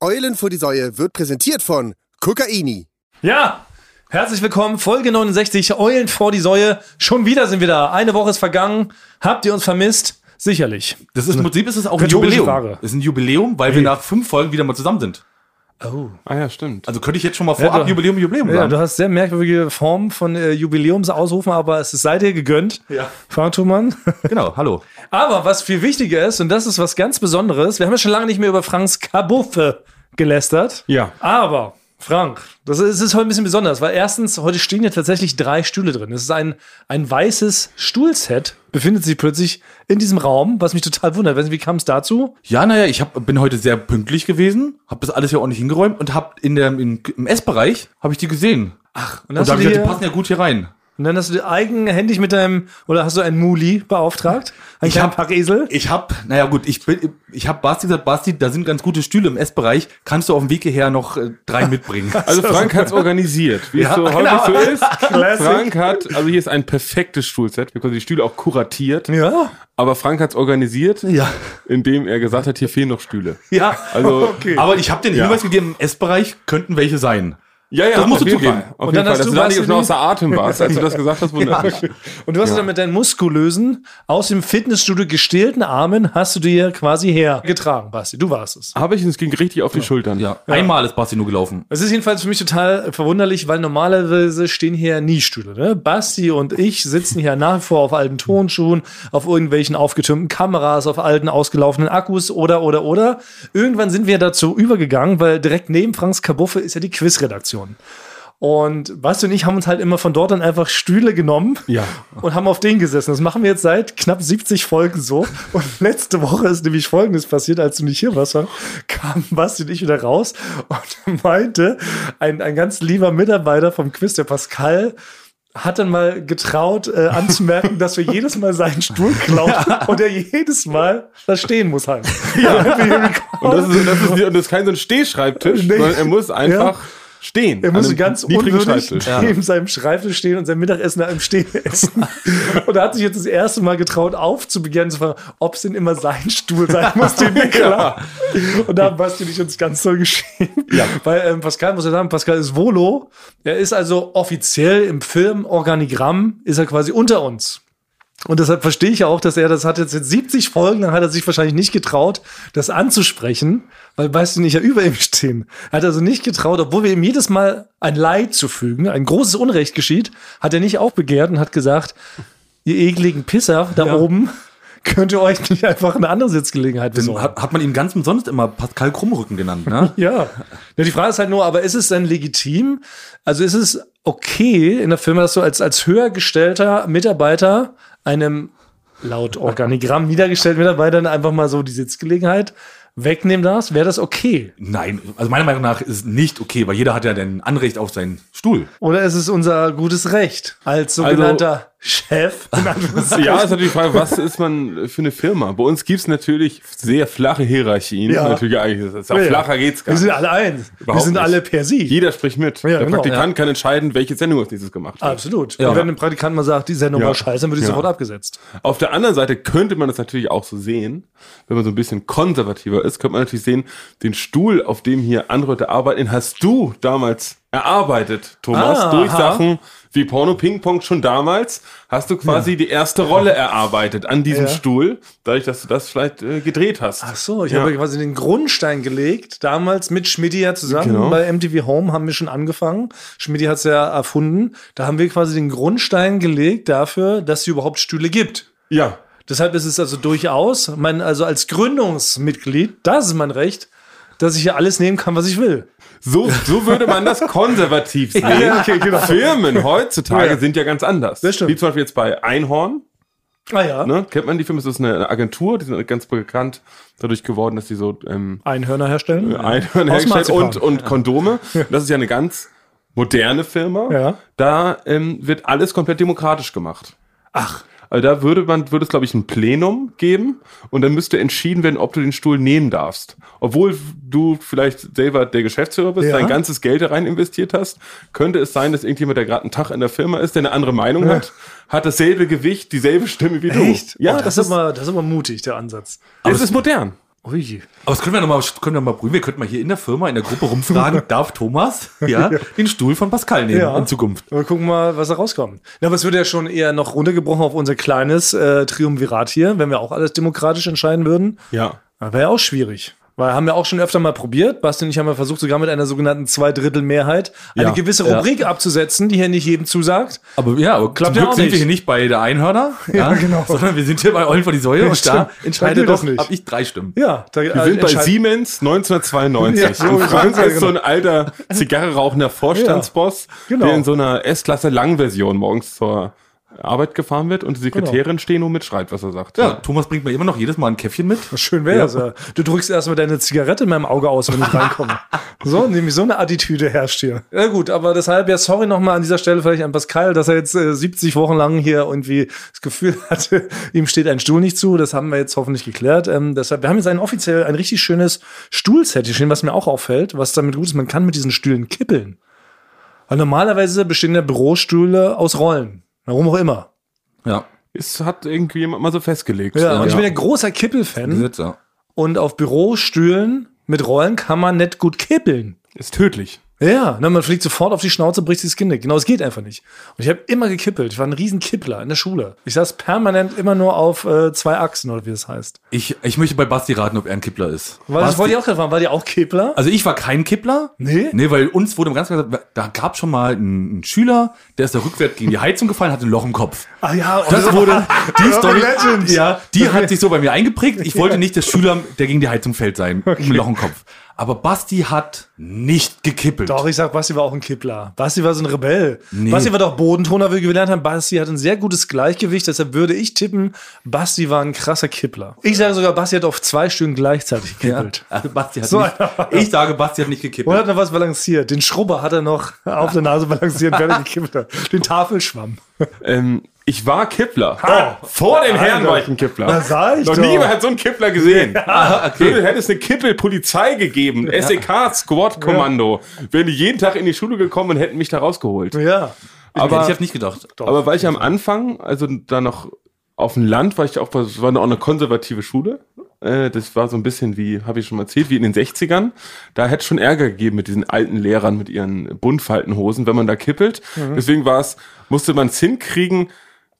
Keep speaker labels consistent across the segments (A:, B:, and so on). A: Eulen vor die Säue wird präsentiert von Kokaini.
B: Ja, herzlich willkommen, Folge 69, Eulen vor die Säue. Schon wieder sind wir da. Eine Woche ist vergangen. Habt ihr uns vermisst? Sicherlich.
C: Das ist, Im Prinzip ist es auch ein
B: Katholische
C: Jubiläum.
B: Frage.
C: Es ist ein Jubiläum, weil wir nach fünf Folgen wieder mal zusammen sind.
B: Oh.
D: Ah ja, stimmt.
C: Also könnte ich jetzt schon mal vorab
B: du-
C: Jubiläum, Jubiläum
B: Ja, du
C: sagen.
B: hast sehr merkwürdige Formen von äh, Jubiläumsausrufen, aber es ist sei dir gegönnt,
C: Ja.
B: Frank Thumann.
C: Genau, hallo.
B: Aber was viel wichtiger ist, und das ist was ganz Besonderes, wir haben ja schon lange nicht mehr über Franks Kabuffe gelästert.
D: Ja.
B: Aber, Frank, das ist, es ist heute ein bisschen besonders, weil erstens, heute stehen ja tatsächlich drei Stühle drin. Es ist ein, ein weißes Stuhlset, befindet sich plötzlich in diesem Raum, was mich total wundert. Weiß nicht, Wie kam es dazu?
C: Ja, naja, ich hab, bin heute sehr pünktlich gewesen, habe das alles ja ordentlich hingeräumt und habe in der, in, im Essbereich habe ich die gesehen.
B: Und,
C: Und
B: hast du
C: da hab ich
B: dir,
C: gedacht, die passen ja gut hier rein.
B: und dann hast du dir eigenhändig mit deinem, oder hast du einen Muli beauftragt? Ein
C: Ich
B: kleinen
C: hab-
B: Packesel?
C: Ich habe, naja gut, ich bin, ich habe Basti gesagt, Basti, da sind ganz gute Stühle im Essbereich. Kannst du auf dem Weg hierher noch äh, drei mitbringen?
D: Also Frank hat's organisiert, wie es so häufig so
C: genau.
D: ist. Frank hat, also hier ist ein perfektes Stuhlset, wir haben die Stühle auch kuratiert,
B: Ja.
D: aber Frank hat's organisiert,
C: ja,
D: indem er gesagt hat, hier fehlen noch Stühle.
C: ja.
D: Also,
C: Aber ich habe den Hinweis gegeben, im Essbereich könnten welche sein.
D: ja, ja,
C: Das musst
D: auf
C: du
D: jeden
C: zugeben.
D: Fall. Auf
B: Und dann
D: jeden Fall,
B: hast
D: dass
B: du,
D: du da
B: weißt
D: nicht
B: du
D: noch
B: nie-
D: außer Atem warst, als du das gesagt hast, wundert mich.
B: Und du hast dann mit deinen muskulösen, aus dem Fitnessstudio gestählten Armen hast du dir quasi hergetragen, Basti. Du warst es.
D: Habe ich, und es ging richtig auf die Schultern.
C: Ja. Einmal ist Basti nur gelaufen.
B: Es ist jedenfalls für mich total verwunderlich, weil normalerweise stehen hier nie Stühle. Ne? Basti und ich sitzen hier nach wie vor auf alten Tonschuhen, auf irgendwelchen aufgetürmten Kameras, auf alten ausgelaufenen Akkus oder, oder, oder. Irgendwann sind wir dazu übergegangen, weil direkt neben Franks Kabuffe ist ja die Quizredaktion. Und Basti und ich haben uns halt immer von dort dann einfach Stühle genommen
D: Ja.
B: und haben auf den gesessen. Das machen wir jetzt seit knapp 70 Folgen so. Und letzte Woche ist nämlich Folgendes passiert, als du nicht hier warst, Frank, kamen Basti und ich wieder raus und meinte, ein, ein ganz lieber Mitarbeiter vom Quiz, der Pascal, hat dann mal getraut äh, anzumerken, dass wir jedes Mal seinen Stuhl klauen und er jedes Mal da stehen muss halt.
D: Und das ist, das ist, und das ist kein so ein Stehschreibtisch,
B: Nee.
D: sondern er muss einfach stehen.
B: Er
D: an
B: musste
D: einem
B: ganz
D: niedrigen
B: unwürdig
D: Schreibtisch.
B: neben seinem Schreibtisch stehen und sein Mittagessen da im Stehen essen. und er hat sich jetzt das erste Mal getraut, aufzubegehren, zu fragen, ob es denn immer sein Stuhl sein muss, den wir klar. Und da haben Basti nicht uns ganz toll geschehen. Weil ähm, Pascal, muss ich sagen, Pascal ist Volo. Er ist also offiziell im Filmorganigramm, ist er quasi unter uns. Und deshalb verstehe ich ja auch, dass er das hat jetzt jetzt 70 Folgen, dann hat er sich wahrscheinlich nicht getraut, das anzusprechen, weil weißt du nicht ja über ihm stehen. Er hat also nicht getraut, obwohl wir ihm jedes Mal ein Leid zufügen, ein großes Unrecht geschieht, hat er nicht aufbegehrt und hat gesagt, ihr ekligen Pisser da oben, könnt ihr euch nicht einfach eine andere Sitzgelegenheit
C: So.
B: besorgen.
C: Hat, hat man ihn ganz umsonst immer Pascal Krummrücken genannt, ne?
B: Ja. ja. Die Frage ist halt nur, aber ist es denn legitim? Also ist es okay in der Firma, dass du als, als höher gestellter Mitarbeiter einem laut Organigramm niedergestellten Mitarbeitern einfach mal so die Sitzgelegenheit wegnehmen darfst? Wäre das okay?
C: Nein, also meiner Meinung nach ist es nicht okay, weil jeder hat ja ein Anrecht auf seinen Stuhl.
B: Oder ist es unser gutes Recht als sogenannter Chef? in Anführungszeichen?
D: Also- Ja, ist natürlich die Frage, was ist man für eine Firma? Bei uns gibt's natürlich sehr flache Hierarchien.
B: Ja.
D: Natürlich eigentlich, ist es auch flacher geht's gar
B: Wir sind
D: nicht.
B: alle eins. Wir
D: Überhaupt
B: sind
D: nicht.
B: alle per Sie.
D: Jeder spricht mit.
B: Ja, Ah.
D: Der
B: genau,
D: Praktikant kann entscheiden, welche Sendung als nächstes gemacht wird.
B: Absolut. Und wenn ein Praktikant mal sagt, die Sendung
D: Ja.
B: war scheiße, dann wird die
D: Ja.
B: sofort abgesetzt.
D: Auf der anderen Seite könnte man das natürlich auch so sehen, wenn man so ein bisschen konservativer ist, könnte man natürlich sehen, den Stuhl, auf dem hier andere Leute arbeiten, hast du damals erarbeitet, Thomas,
B: Ah,
D: durch
B: aha.
D: Sachen wie Porno Ping Pong schon damals, hast du quasi die erste Rolle erarbeitet an diesem
B: Ja.
D: Stuhl, dadurch, dass du das vielleicht äh, gedreht hast.
B: Ach so, ich
D: Ja.
B: habe quasi den Grundstein gelegt, damals mit Schmidti ja zusammen.
D: Genau.
B: Bei MTV Home haben wir schon angefangen. Schmidti hat es ja erfunden. Da haben wir quasi den Grundstein gelegt dafür, dass es überhaupt Stühle gibt.
D: Ja.
B: Deshalb ist es also durchaus, mein, also als Gründungsmitglied, das ist mein Recht, dass ich hier alles nehmen kann, was ich will.
D: So, so würde man das konservativ sehen.
B: Ja, okay, genau.
D: Firmen heutzutage sind ja ganz anders.
B: Das stimmt.
D: Wie zum Beispiel jetzt bei Einhorn.
B: Ah ja,
D: Ne? Kennt man die Firma? Das ist eine Agentur, die sind ganz bekannt dadurch geworden, dass die so ähm,
B: Einhörner herstellen.
D: Einhörner
B: Aus
D: hergestellt
B: Marzipan.
D: und, und Kondome. Das ist ja eine ganz moderne Firma.
B: Ja.
D: Da ähm, wird alles komplett demokratisch gemacht.
B: Ach,
D: Also da würde man, würde es, glaube ich, ein Plenum geben und dann müsste entschieden werden, ob du den Stuhl nehmen darfst. Obwohl du vielleicht selber der Geschäftsführer bist,
B: Ja.
D: dein ganzes Geld da rein investiert hast, könnte es sein, dass irgendjemand, der gerade einen Tag in der Firma ist, der eine andere Meinung hat, hat dasselbe Gewicht, dieselbe Stimme wie du.
B: echt?
D: Ja,
B: oh,
D: das,
B: das, ist aber, das ist aber mutig, der Ansatz.
D: ist, es ist modern.
B: Ui.
C: Aber das können wir nochmal können wir mal prüfen. Wir könnten mal hier in der Firma, in der Gruppe rumfragen, darf Thomas ja, den Stuhl von Pascal nehmen
B: Ja.
C: in Zukunft?
B: Wir gucken mal, was da rauskommt. Na, aber es wird ja schon eher noch runtergebrochen auf unser kleines äh, Triumvirat hier, wenn wir auch alles demokratisch entscheiden würden.
D: Ja.
B: Wäre ja auch schwierig. Weil haben wir auch schon öfter mal probiert. Basti und ich haben mal versucht, sogar mit einer sogenannten Zweidrittelmehrheit eine
C: Ja,
B: gewisse
C: ja.
B: Rubrik abzusetzen, die hier nicht jedem zusagt.
C: Aber ja, aber
B: Klappt
C: klappt
B: ja
C: zum Glück
B: auch
C: sind
B: nicht.
C: wir hier nicht bei der Einhörner, ja,
B: genau.
C: sondern wir sind hier bei Eulen vor die Säule und
B: stimmt.
C: da
B: Da
C: entscheidet
B: geht das
C: doch,
B: nicht.
C: habe ich drei Stimmen.
B: Ja, da, äh,
D: Wir sind bei Siemens 1992.
B: Ja, so
D: und
B: ist
D: Frank
B: es,
D: ist so ein alter Zigarre rauchender Vorstandsboss,
B: genau.
D: der in so einer S-Klasse Langversion morgens zur Arbeit gefahren wird und die
B: Genau.
D: Sekretärin stehen nur mitschreit, was er sagt.
C: Ja, Thomas bringt mir immer noch jedes Mal ein Käffchen mit.
B: Schön wäre das. ja. Du drückst erstmal deine Zigarette in meinem Auge aus, wenn ich reinkomme. so, nämlich so eine Attitüde herrscht hier. Ja gut, aber deshalb ja sorry nochmal an dieser Stelle vielleicht an Pascal, dass er jetzt äh, 70 Wochen lang hier irgendwie das Gefühl hatte, ihm steht ein Stuhl nicht zu. Das haben wir jetzt hoffentlich geklärt. Ähm, deshalb, wir haben jetzt ein offiziell ein richtig schönes Stuhlset hier stehen, was mir auch auffällt, was damit gut ist. Man kann mit diesen Stühlen kippeln. Weil normalerweise bestehen ja Bürostühle aus Rollen. Warum auch immer.
C: Ja,
D: Es hat irgendwie jemand mal so festgelegt.
B: Ja, und ich
C: ja.
B: bin ja großer Kippelfan.
C: Gesetz, ja.
B: Und auf Bürostühlen mit Rollen kann man nicht gut kippeln.
D: Ist tödlich.
B: Ja, ne, man fliegt sofort auf die Schnauze, bricht sich das Genick. Genau, es geht einfach nicht. Und ich habe immer gekippelt. Ich war ein Riesenkippler in der Schule. Ich saß permanent immer nur auf äh, zwei Achsen oder wie das heißt.
C: Ich, ich möchte bei Basti raten, ob er ein Kippler ist.
B: Was, das
C: Basti-
B: wollte ich auch gerade fragen. War ihr auch Kippler?
C: Also ich war kein Kippler.
B: Nee?
C: Nee, weil uns wurde im Ganzen gesagt, da gab schon mal einen einen Schüler, der ist da rückwärts gegen die Heizung gefallen, hat ein Loch im Kopf.
B: Ah ja,
C: Das wurde, die Story,
B: Legend.
C: ja, die hat sich so bei mir eingeprägt. Ich wollte nicht der Schüler, der gegen die Heizung fällt sein, ein Loch im Kopf. Aber Basti hat nicht gekippelt.
B: Doch, ich sag, Basti war auch ein Kippler. Basti war so ein Rebell.
C: Nee.
B: Basti war doch Bodentoner, wie wir gelernt haben. Basti hat ein sehr gutes Gleichgewicht, deshalb würde ich tippen, Basti war ein krasser Kippler. Ich sage sogar, Basti hat auf zwei Stühlen gleichzeitig
C: Ja,
B: gekippelt.
C: also Basti hat
B: So
C: nicht,
B: einer war
C: ich sage, Basti hat nicht
B: Und
C: gekippelt.
B: hat noch was balanciert. Den Schrubber hat er noch auf der Nase balanciert, während er gekippt hat. Den Tafelschwamm.
D: Ähm, ich war Kippler.
B: Ah.
D: vor den Herren
B: Alter.
D: war ich ein Kippler.
B: Na, sag ich
D: Noch
B: doch.
D: nie jemand hat so einen Kippler gesehen.
C: Ah,
D: Würde, hätte es eine Kippelpolizei gegeben, SEK-Squad-Kommando, wären die jeden Tag in die Schule gekommen und hätten mich da rausgeholt.
B: Ja.
D: Aber-
C: ich hab's nicht gedacht.
D: Aber weil ich am Anfang, also da noch auf dem Land, war ich auch, das war auch eine konservative Schule. Äh, Das war so ein bisschen wie, habe ich schon mal erzählt, wie in den 60ern. Da hätte es schon Ärger gegeben mit diesen alten Lehrern mit ihren Buntfaltenhosen, wenn man da kippelt. Deswegen war es, musste man es hinkriegen,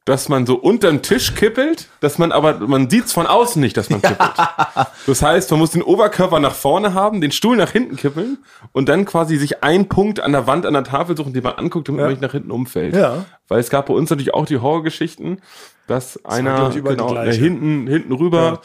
D: dass man so unterm Tisch kippelt, dass man aber, man sieht es von außen nicht, dass man kippelt. Das heißt, man muss den Oberkörper nach vorne haben, den Stuhl nach hinten kippeln und dann quasi sich einen Punkt an der Wand, an der Tafel suchen, den man anguckt, damit man nicht nach hinten umfällt.
B: Ja.
D: Weil es gab bei uns natürlich auch die Horrorgeschichten, dass einer
B: glaub ich, überall die
D: genau, äh,
B: gleiche.
D: hinten, hinten rüber,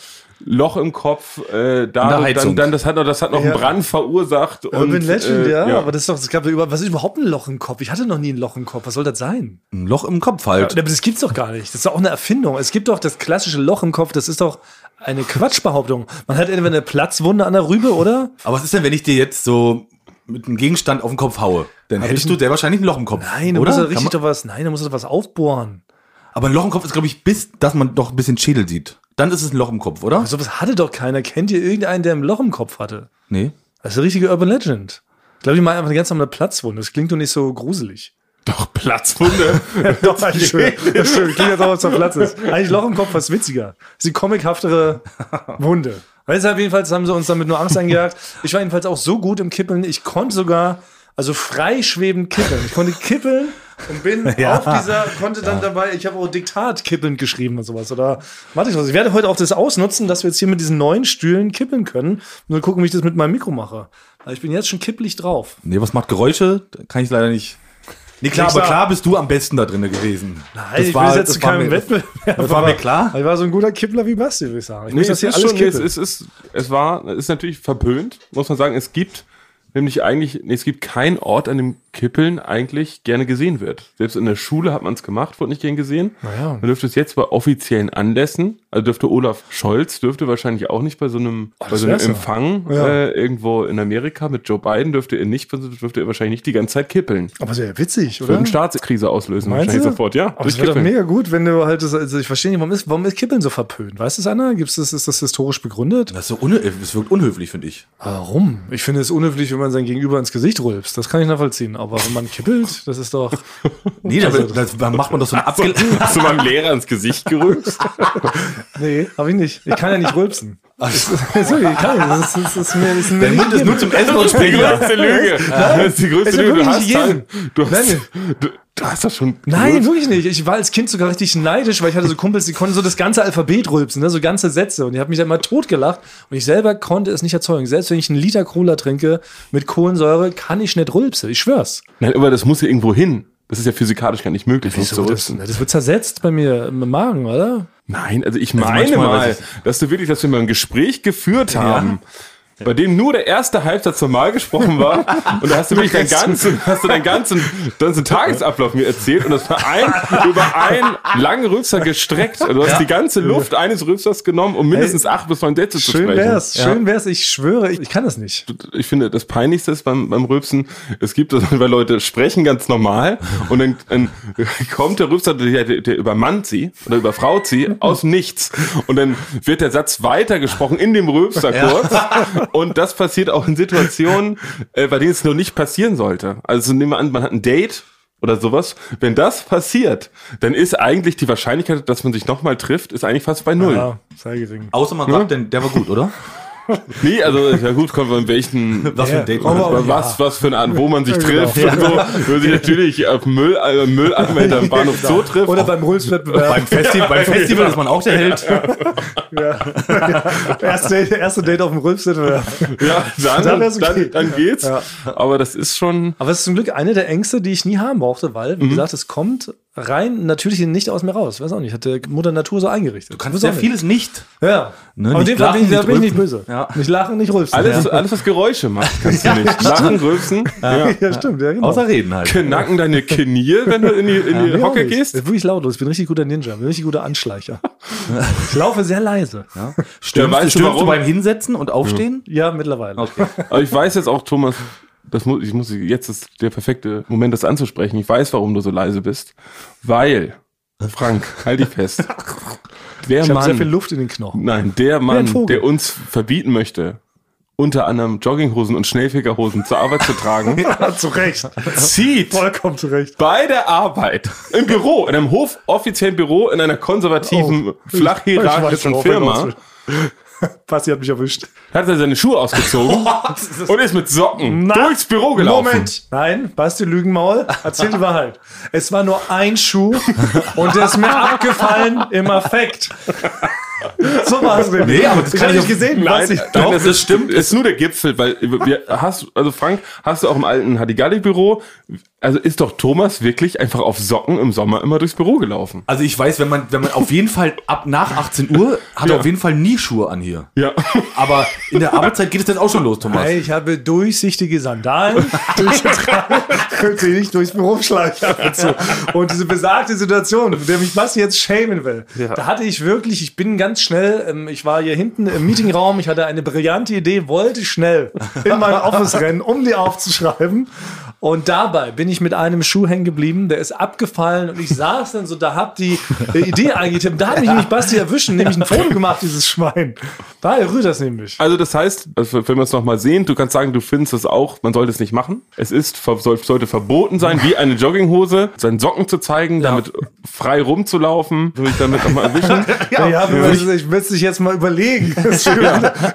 D: Loch im Kopf, äh, da dann,
C: Heizung.
D: dann das hat noch, das hat noch
B: Ja.
D: einen Brand verursacht.
B: Urban
D: und,
B: Legend,
D: äh,
B: ja. Aber das ist doch, es gab doch über, was ist überhaupt ein Loch im Kopf? Ich hatte noch nie ein Loch im Kopf. Was soll das sein?
C: Ein Loch im Kopf halt.
B: Aber das gibt's doch gar nicht. Das ist doch auch eine Erfindung. Es gibt doch das klassische Loch im Kopf. Das ist doch eine Quatschbehauptung. Man hat entweder eine Platzwunde an der Rübe, oder?
C: Aber was ist denn, wenn ich dir jetzt so mit einem Gegenstand auf den Kopf haue? Dann hättest du sehr wahrscheinlich ein Loch im Kopf.
B: Nein, da
C: oder?
B: muss er
C: Kann
B: richtig
C: man-
B: doch was, nein, da muss er doch was aufbohren.
C: Aber ein Loch im Kopf ist, glaube ich, bis, dass man doch ein bisschen Schädel sieht. Dann ist es ein Loch im Kopf, oder?
B: Aber sowas hatte doch keiner. Kennt ihr irgendeinen, der ein Loch im Kopf hatte?
C: Nee.
B: Das ist eine richtige Urban Legend. Ich glaube, die meinen einfach eine ganz normale Platzwunde. Das klingt doch nicht so gruselig.
D: Doch, Platzwunde.
B: Doch, eigentlich schön. Das ist schön. Klingt, als ob es auf Platz ist. Eigentlich Loch im Kopf was witziger. Das ist die comichaftere Wunde. Deshalb jedenfalls haben sie uns damit nur Angst eingejagt. Ich war jedenfalls auch so gut im Kippeln, ich konnte sogar, also freischwebend kippeln. Ich konnte kippeln und bin auf dieser, konnte dann dabei, ich habe auch Diktat kippelnd geschrieben und sowas. Oder warte ich was. Ich werde heute auch das ausnutzen, dass wir jetzt hier mit diesen neuen Stühlen kippeln können. Nur gucken, wie ich das mit meinem Mikro mache. Weil ich bin jetzt schon kippelig drauf.
C: Nee, was macht Geräusche? Da Kann ich leider nicht. Nee, klar,
B: Nix
C: aber
B: da.
C: klar bist du am besten da drin gewesen.
B: Nein, ich will jetzt zu
C: war
B: keinem
C: mir-
B: Wettbewerb.
C: Das war mir klar.
B: Aber Ich war so ein guter Kippler wie Basti, würde ich sagen. Ich
D: Nee,
B: muss das
D: es
B: hier
D: ist
B: alles
D: schon, nee, es
B: kippeln.
D: ist, es, es war, es ist natürlich verpönt, muss man sagen. Es gibt nämlich eigentlich, nee, es gibt keinen Ort, an dem Kippeln eigentlich gerne gesehen wird. Selbst in der Schule hat man es gemacht, wurde nicht gern gesehen.
B: Naja.
D: Man dürfte es jetzt bei offiziellen Anlässen, also dürfte Olaf Scholz, dürfte wahrscheinlich auch nicht bei so einem, bei so einem
B: Oh, wär's ja.
D: Empfang
B: Ja.
D: äh, irgendwo in Amerika mit Joe Biden, dürfte er nicht, dürfte er wahrscheinlich nicht die ganze Zeit kippeln.
B: aber sehr witzig, oder?
D: Würde eine Staatskrise auslösen,
B: Meinst
D: wahrscheinlich
B: du?
D: sofort, ja.
B: Aber es wäre doch mega gut, wenn du halt das, also ich verstehe nicht, warum ist, warum ist Kippeln so verpönt? Weißt du es, Anna? Gibt's das, ist das historisch begründet?
C: Das, ist so unhö- das wirkt unhöflich, finde ich.
B: Warum? Ich finde es unhöflich, wenn man sein Gegenüber ins Gesicht rülpst. Das kann ich nachvollziehen. Aber wenn man kippelt, das ist doch.
C: Nee,
B: Also-
C: da, das, da macht man doch so ein Abgel.
D: Hast du meinem Lehrer ins Gesicht gerührt?
B: Nee, habe ich nicht. Ich kann ja nicht rülpsen. Sorry, kann ich. Das ist, das ist mir das ist mir
C: Dein Mund ist nur zum Essen und
D: Die
C: Springen. da. Äh,
D: größte Lüge. Das ist die größte
B: es ist
D: Lüge. Du
B: wirklich
D: hast,
B: nicht
D: dann,
B: jedem.
D: du, hast,
B: Nein.
D: du, du hast das schon.
B: Nein,
D: gewusst.
B: wirklich nicht. Ich war als Kind sogar richtig neidisch, weil ich hatte so Kumpels, die konnten so das ganze Alphabet rülpsen, ne? so ganze Sätze. Und ich habe mich da immer totgelacht. Und ich selber konnte es nicht erzeugen. Selbst wenn ich einen Liter Cola trinke mit Kohlensäure, kann ich nicht rülpsen. Ich schwör's.
D: Nein, aber das muss ja irgendwo hin. Das ist ja physikalisch gar nicht möglich. nicht zu
B: das,
D: rüsten.
B: das wird zersetzt bei mir im Magen, oder?
D: Nein, also ich meine
C: manchmal
D: mal,
C: weiß
D: dass du wirklich, dass wir mal ein Gespräch geführt haben. Bei dem nur der erste Halbsatz normal gesprochen war und da hast du wirklich deinen ganzen, hast du deinen ganzen, ganzen Tagesablauf mir erzählt und das war ein, über einen langen Rülpser gestreckt. Also Du hast die ganze Luft eines Rülpsers genommen, um mindestens acht bis neun Sätze zu
B: Schön
D: sprechen.
B: wär's, schön wär's. Ich schwöre, ich, ich kann das nicht.
D: ich finde, das Peinlichste ist beim, beim Rülpsen, es gibt das, weil Leute sprechen ganz normal und dann, dann kommt der Rülpser, der, der übermannt sie oder überfraut sie aus dem nichts. Und dann wird der Satz weitergesprochen in dem Rülpser kurz. Und das passiert auch in Situationen, äh, bei denen es noch nicht passieren sollte. Also nehmen wir an, man hat ein Date oder sowas. Wenn das passiert, dann ist eigentlich die Wahrscheinlichkeit, dass man sich nochmal trifft, ist eigentlich fast bei Null.
B: Ja, sehr gering.
C: Außer man sagt, denn der war gut, oder?
D: Nee, also ja gut, kommt von welchen
C: Was für ein Date.
B: Ja.
C: war das?
B: Aber-
D: was, was für ein An, wo man sich
B: Genau.
D: trifft und so, wo man sich natürlich auf dem Müll, äh, Müllanmelder am Bahnhof Zoo trifft.
B: genau. Oder beim Rülpswettbewerb.
C: Beim, Festi beim Festival ist man auch der Held.
B: erste, erste Date auf dem Rülpswettbewerb.
D: ja, dann,
B: Dann wär's okay.
D: dann, dann geht's. Aber das ist schon,
B: Aber es ist zum Glück eine der Ängste, die ich nie haben brauchte, weil,
C: Mhm.
B: wie gesagt, es kommt rein natürlich nicht aus mir raus. Weiß auch nicht, hat der Mutter Natur so eingerichtet.
C: Du kannst
B: Weiß auch
C: sehr
B: nicht.
C: vieles nicht.
B: Ja.
C: Ne,
B: Aber
C: nicht
B: dem Fall bin ich, da
C: lachen, nicht
B: bin ich nicht
C: rülpsen.
B: böse.
C: Ja.
B: Nicht lachen, nicht rülpsen.
D: alles,
B: ja.
D: alles was Geräusche macht, kannst du nicht. Lachen, rülpsen, ja.
B: ja, stimmt, ja, genau.
C: Außer reden halt.
D: knacken deine Knie, wenn du in die, in die
B: Nee, auch
D: Hocke
B: nicht.
D: gehst.
B: genau. Ist Wirklich lautlos. Ich bin ein richtig guter Ninja, bin ein richtig guter Anschleicher. Ich laufe sehr leise. Ja,
C: Stürmst,
D: weißt du,
C: du, stürmst du
D: warum?
C: beim Hinsetzen und Aufstehen?
B: mittlerweile.
C: Okay.
D: Aber ich weiß jetzt auch, Thomas, das muss, ich muss, jetzt ist der perfekte Moment, das anzusprechen. Ich weiß, warum du so leise bist. Weil, Frank, halt dich fest. Der
B: Ich habe sehr
D: Mann,
B: viel Luft in den Knochen.
D: Nein, der
B: ein
D: Mann,
B: Vogel.
D: der uns verbieten möchte, unter anderem Jogginghosen und Schnellfegerhosen zur Arbeit zu tragen,
B: Ja, zu Recht.
D: zieht
B: Vollkommen zu Recht.
D: bei der Arbeit im Büro, in einem hof offiziellen Büro, in einer konservativen, flach hierarchischen
B: worauf er hinaus
D: Firma,
B: will. Basti hat mich erwischt.
D: hat er seine Schuhe ausgezogen und ist mit Socken
B: Na,
D: durchs Büro gelaufen.
B: Moment! Nein, Basti Lügenmaul, erzähl die Wahrheit. Es war nur ein Schuh und der ist mir abgefallen im Affekt. So war es nämlich.
C: Nee, aber das
B: ich
C: kann
B: hab
C: ich
B: nicht
C: auf-
B: gesehen.
D: Nein,
B: Basti.
D: nein,
C: Doch,
D: das,
C: das
D: ist,
C: stimmt.
D: Äh, stimmt. Ist nur der Gipfel, weil wir hast, also Frank, hast du auch im alten Hadigalli-Büro, also ist doch Thomas wirklich einfach auf Socken im Sommer immer durchs Büro gelaufen.
C: Also ich weiß, wenn man, wenn man auf jeden Fall ab nach 18 Uhr hat er
D: Ja.
C: auf jeden Fall nie Schuhe an hier.
D: Ja.
C: Aber in der Arbeitszeit geht es dann auch schon los, Thomas.
B: Ey, ich habe durchsichtige Sandalen durchgetragen. Könnte ich nicht durchs Büro schleichen. ab und zu. Und diese besagte Situation, in der mich Basti jetzt schämen will, da hatte ich wirklich, ich bin ganz schnell, ähm, ich war hier hinten im Meetingraum, ich hatte eine brillante Idee, wollte schnell in mein Office rennen, um die aufzuschreiben. Und dabei bin ich mit einem Schuh hängen geblieben, der ist abgefallen und ich saß dann so, da hab die äh, Idee eingetippt. Da hat mich nämlich Basti erwischen, nämlich ein Foto gemacht, dieses Schwein. Daher rührt das nämlich.
D: Also das heißt, also wenn wir es nochmal sehen, du kannst sagen, du findest es auch, man sollte es nicht machen. Es ist, ver- soll, sollte verboten sein, wie eine Jogginghose, seinen Socken zu zeigen, damit frei rumzulaufen, will ich damit nochmal erwischen.
B: Ja, aber das ist- ich will es dich jetzt mal überlegen.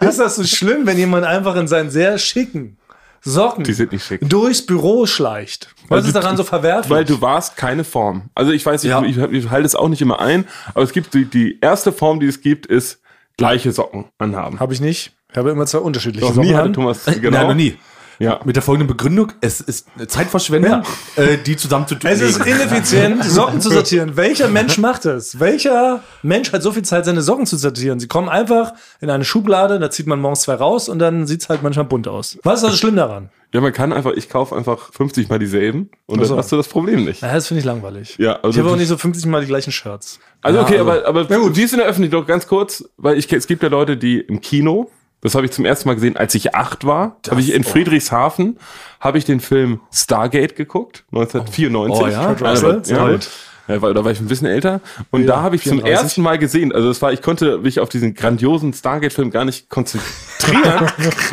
B: Ist das so schlimm, wenn jemand einfach in seinen sehr schicken Socken
D: Die sind nicht schick.
B: durchs Büro schleicht? Was ist
D: du-
B: daran so verwerflich?
D: Weil du warst keine Form. Also ich weiß, ich,
C: Ja.
D: ich, ich halte es auch nicht immer ein, aber es gibt die, die erste Form, die es gibt, ist gleiche Socken anhaben.
B: Habe ich nicht. Ich habe immer zwei unterschiedliche
D: Noch nie
B: Socken.
D: hatte
B: an.
D: Thomas, genau.
C: Nein, noch nie.
D: Ja.
C: Mit der folgenden Begründung, es ist eine Zeitverschwendung, äh, die zusammen zu tun
B: Es ist ineffizient, Socken zu sortieren. Welcher Mensch macht das? Welcher Mensch hat so viel Zeit, seine Socken zu sortieren? Sie kommen einfach in eine Schublade, da zieht man morgens zwei raus und dann sieht es halt manchmal bunt aus. Was ist also schlimm daran?
D: ja, man kann einfach, ich kaufe einfach 50 mal dieselben und
B: so.
D: dann hast du das Problem nicht.
B: Naja, das finde ich langweilig.
D: Ja, also
B: ich habe auch
D: das-
B: nicht so 50 Mal die gleichen Shirts.
D: Also okay,
C: also-
D: aber, aber die ist in der Öffentlichkeit doch ganz kurz, weil ich, es gibt ja Leute, die im Kino, das habe ich zum ersten Mal gesehen, als ich acht war, habe ich in
C: oh.
D: Friedrichshafen, habe ich den Film Stargate geguckt, 1994.
C: Oh, ja? Kurt
B: Russell, sehr
D: ja.
B: gut.
D: Ja, weil, da war ich ein bisschen älter. Und da habe ich zum
B: 34.
D: ersten Mal gesehen, also das war, ich konnte mich auf diesen grandiosen Stargate-Film gar nicht konzentrieren,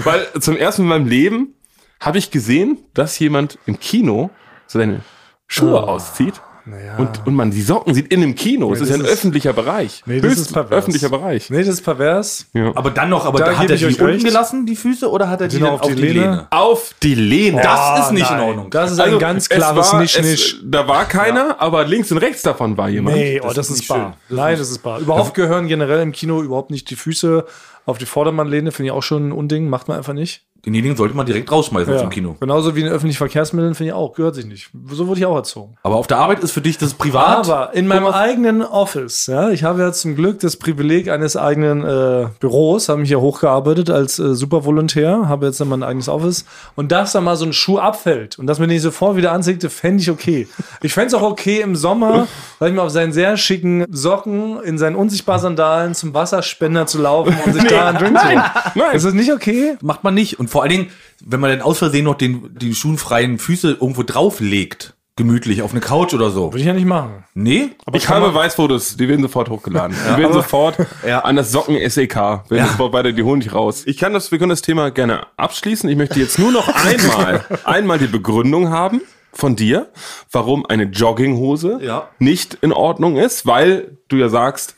D: weil zum ersten Mal in meinem Leben habe ich gesehen, dass jemand im Kino seine Schuhe auszieht
B: Ah, Naja.
D: Und, und man die Socken sieht in einem Kino. Es
B: Nee,
D: ist
B: das
D: ja ein
B: ist-
D: öffentlicher Bereich.
B: Nee, das
D: Höchst
B: ist pervers.
D: öffentlicher Bereich.
B: Nee, das ist pervers.
D: Ja.
C: Aber dann noch, aber
B: Da
C: da hat
B: gebe
C: er
B: ich
C: die
B: euch
C: unten
B: recht.
C: gelassen, die Füße, oder hat er die
B: Genau,
C: dann auf die Lehne?
D: auf die Lehne. Also,
C: Das
B: Ah,
C: ist nicht
B: nein.
C: in Ordnung. Also,
B: Das ist ein ganz klares Nicht-Nicht.
D: Da war keiner, aber links und rechts davon war jemand.
B: Nee, oh, das,
C: ist
B: ist,
C: nicht schön.
B: bar. Nein, das ist bar. Überhaupt gehören generell im Kino überhaupt nicht die Füße auf die Vordermannlehne, finde ich auch schon ein Unding, macht man einfach nicht.
C: Denjenigen sollte man direkt rausschmeißen aus dem Kino.
B: Genauso wie in öffentlichen Verkehrsmitteln, finde ich auch, gehört sich nicht. So wurde ich auch erzogen.
C: Aber auf der Arbeit ist für dich das privat.
B: Aber in meinem eigenen Office, ja, ich habe ja zum Glück das Privileg eines eigenen äh, Büros, habe mich hier hochgearbeitet als äh, Supervolontär, habe jetzt dann mein eigenes Office und dass da mal so ein Schuh abfällt und dass man den sofort wieder anzickte, fände ich okay. Ich fände es auch okay im Sommer, sag ich mal, auf seinen sehr schicken Socken in seinen unsichtbaren Sandalen zum Wasserspender zu laufen und sich da einen Drink zu holen.
D: Nein.
B: Ist das nicht okay?
C: macht man nicht. Und vor allen Dingen, wenn man dann aus Versehen noch den, die schuhenfreien Füße irgendwo drauflegt, gemütlich, auf eine Couch oder so.
B: Würde ich ja nicht machen.
C: Nee?
D: ich habe Weißfotos, die werden sofort hochgeladen. Die werden sofort an das Socken E SEK. Wenn
C: Ja.
D: das vorbei, die holen dich raus. Ich kann das, wir können das Thema gerne abschließen. Ich möchte jetzt nur noch einmal, einmal die Begründung haben von dir, warum eine Jogginghose
C: Ja.
D: nicht in Ordnung ist, weil du ja sagst,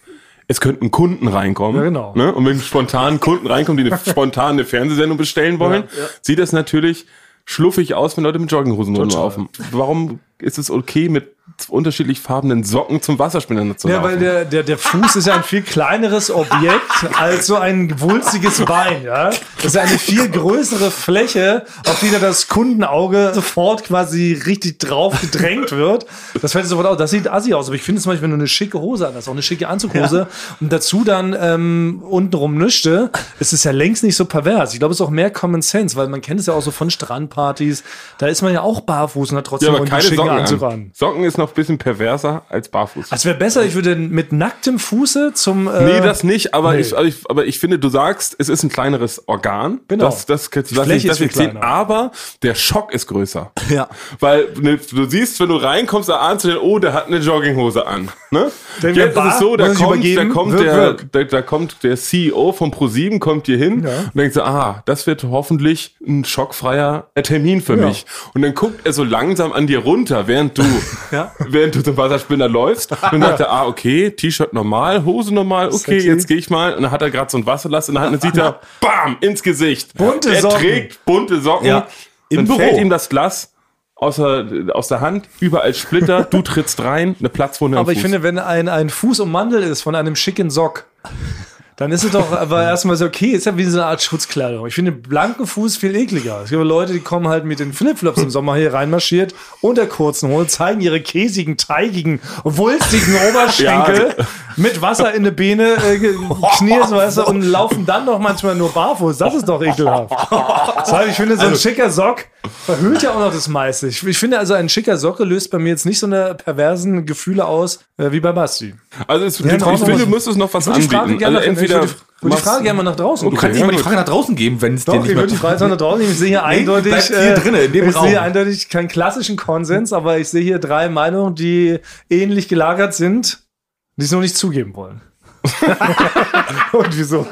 D: es könnten Kunden reinkommen.
B: Ja, genau.
D: Ne? Und wenn spontan Kunden reinkommen, die eine spontane Fernsehsendung bestellen wollen, sieht das natürlich schluffig aus, wenn Leute mit Jogginghosen rumlaufen. Warum ist es okay, mit unterschiedlich farbenen Socken zum Wasserspender zu
B: Ja,
D: laufen?
B: weil der, der, der Fuß ist ja ein viel kleineres Objekt als so ein wulstiges Bein, ja. Das ist eine viel größere Fläche, auf die da das Kundenauge sofort quasi richtig drauf gedrängt wird. Das fällt sofort auf. Das sieht assi aus. Aber ich finde zum Beispiel, wenn du eine schicke Hose an hast, auch eine schicke Anzughose und dazu dann ähm, untenrum nüschte, ist es ja längst nicht so pervers. Ich glaube, es ist auch mehr Common Sense, weil man kennt es ja auch so von Strandpartys. Da ist man ja auch barfuß und hat
D: ja,
B: trotzdem
D: aber
B: einen
D: keine
B: schicken
D: Socken
B: Anzug
D: an.
B: an.
D: Socken ist noch ein bisschen perverser als barfuß.
B: Es wäre besser, ich würde mit nacktem Fuße zum. Äh,
D: Nee, das nicht, aber,
B: nee.
D: ich, aber, ich, aber ich finde, du sagst, es ist ein kleineres Organ.
B: Genau.
D: Das, das, das, das,
B: Fläche
D: das
B: ist viel
D: ich sehen,
B: kleiner.
D: aber der Schock ist größer.
C: Ja.
D: Weil ne, du siehst, wenn du reinkommst, da ahnst du dann, oh, der hat eine Jogginghose an. Ne?
B: Denn
D: Jetzt
B: wir
D: ist es so, da
B: müssen sich
D: kommt, da,
B: übergeben.
D: kommt
B: Wirk,
D: der,
B: wirk.
D: da, da kommt der CEO von ProSieben kommt hier hin
B: Ja.
D: und denkt so, ah, das wird hoffentlich ein schockfreier äh, Termin für
B: Ja.
D: mich. Und dann guckt er so langsam an dir runter, während du,
B: Ja.
D: während du zum Wasserspinner läufst. Und dann sagt er, ah, okay, T-Shirt normal, Hose normal, okay,
B: Sexy.
D: jetzt gehe ich mal. Und dann hat er gerade so ein Wasserlass in der Hand und sieht er, bam, ins Gesicht.
B: Bunte
D: er
B: Socken.
D: trägt bunte Socken.
C: Ja, im
D: dann
C: Büro.
D: fällt ihm das Glas aus der, aus der Hand, überall Splitter, du trittst rein, eine Platzwunde am
B: aber ich
D: Fuß.
B: finde, wenn ein, ein Fuß ummandelt ist von einem schicken Sock, dann ist es doch aber erstmal so, okay, ist ja wie so eine Art Schutzkleidung. Ich finde blanken Fuß viel ekliger. Es gibt Leute, die kommen halt mit den Flipflops im Sommer hier reinmarschiert und der kurzen Hose, zeigen ihre käsigen, teigigen, wulstigen Oberschenkel mit Wasser in der Beine, äh, ge- knirschen, weißt du, und laufen dann doch manchmal nur barfuß. Das ist doch ekelhaft. Das heißt, ich finde,
C: Also-
B: so ein schicker Sock verhüllt ja auch noch das meiste. Ich, ich finde also, ein schicker Socke löst bei mir jetzt nicht so eine perversen Gefühle aus, äh, wie bei Basti.
D: also es,
B: Ja,
D: ich,
B: draußen
D: finde, du
B: was-
D: müsstest noch was
B: Ich würde die Frage
D: anbieten.
B: gerne
D: Also
B: nach, ich
D: entweder
B: würde die, würde die Frage gerne mal nach draußen
C: Du
D: Okay,
C: kannst nicht
D: ja,
C: mal die
D: gut.
C: Frage nach draußen geben, wenn es dir
B: Doch,
C: nicht
B: ich
C: mehr
B: würde die Frage jetzt nach draußen. Ich sehe hier eindeutig, äh,
C: bleibt hier drinnen, in dem
B: ich
C: Raum.
B: sehe eindeutig keinen klassischen Konsens, aber ich sehe hier drei Meinungen, die ähnlich gelagert sind, die es nur nicht zugeben wollen. Und wieso?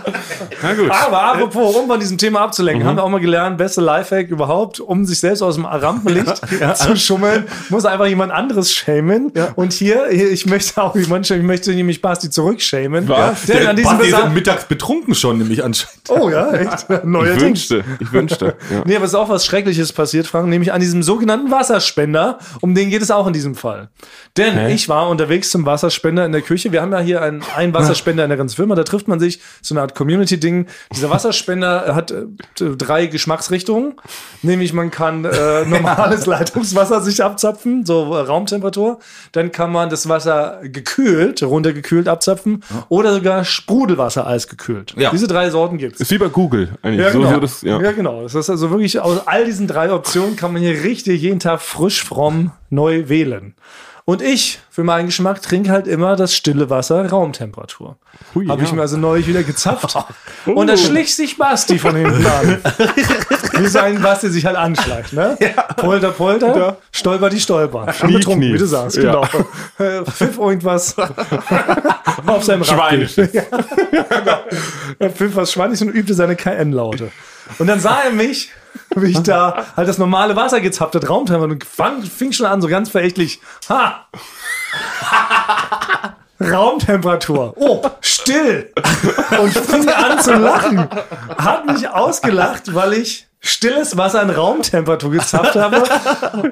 D: Na gut.
B: Aber apropos, um von diesem Thema
D: Mhm.
B: abzulenken, haben wir auch mal gelernt, beste Lifehack überhaupt, um sich selbst aus dem Rampenlicht zu schummeln, muss einfach jemand anderes schämen. Und hier, hier, ich möchte auch jemanden schämen, ich möchte nämlich Basti zurückschämen.
D: Was?
B: Denn an diesem
C: Basti ist
B: Besa-
C: mittags betrunken schon, nämlich anscheinend.
B: Oh ja, echt? Neuer
D: Ich
B: Ding.
D: wünschte, ich wünschte. Ja.
B: Nee, aber es ist auch was Schreckliches passiert, Frank, nämlich an diesem sogenannten Wasserspender. Um den geht es auch in diesem Fall. Denn ich war unterwegs zum Wasserspender in der Küche. Wir haben ja hier einen, einen Wasserspender in der ganzen Firma. Da trifft man sich, so eine Art Community-Ding. Dieser Wasserspender hat äh, drei Geschmacksrichtungen. Nämlich man kann äh, normales Leitungswasser sich abzapfen, so äh, Raumtemperatur. Dann kann man das Wasser gekühlt, runtergekühlt abzapfen. Oder sogar Sprudelwasser eisgekühlt.
C: Ja.
B: Diese drei Sorten gibt's.
D: Ist wie bei Google eigentlich.
B: Ja,
D: So-
B: genau.
D: so das- ja.
B: ja. genau. Das ist also wirklich aus all diesen drei Optionen kann man hier richtig jeden Tag frisch fromm neu wählen. Und ich, für meinen Geschmack, trinke halt immer das stille Wasser Raumtemperatur.
D: Hui,
B: Habe ich
D: ja. Oh.
B: mir also neulich wieder gezapft. Und da schlich sich Basti von hinten an. Wie so ein Basti sich halt anschleicht, ne? Polter, polter, stolper die stolper. Schon betrunken,
D: knie.
B: wie du sagst,
D: Ja.
B: genau. Äh, Pfiff irgendwas auf seinem Rad.
D: Schweinisch.
B: Er pfiff was Schweiniges und übte seine KN-Laute. Und dann sah er mich habe ich da halt das normale Wasser gezappt, das Raumtemperatur und fang, fing schon an, so ganz verächtlich. Ha! Raumtemperatur. Oh, still. Und fing an zu lachen. Hat mich ausgelacht, weil ich stilles Wasser in Raumtemperatur gezapft habe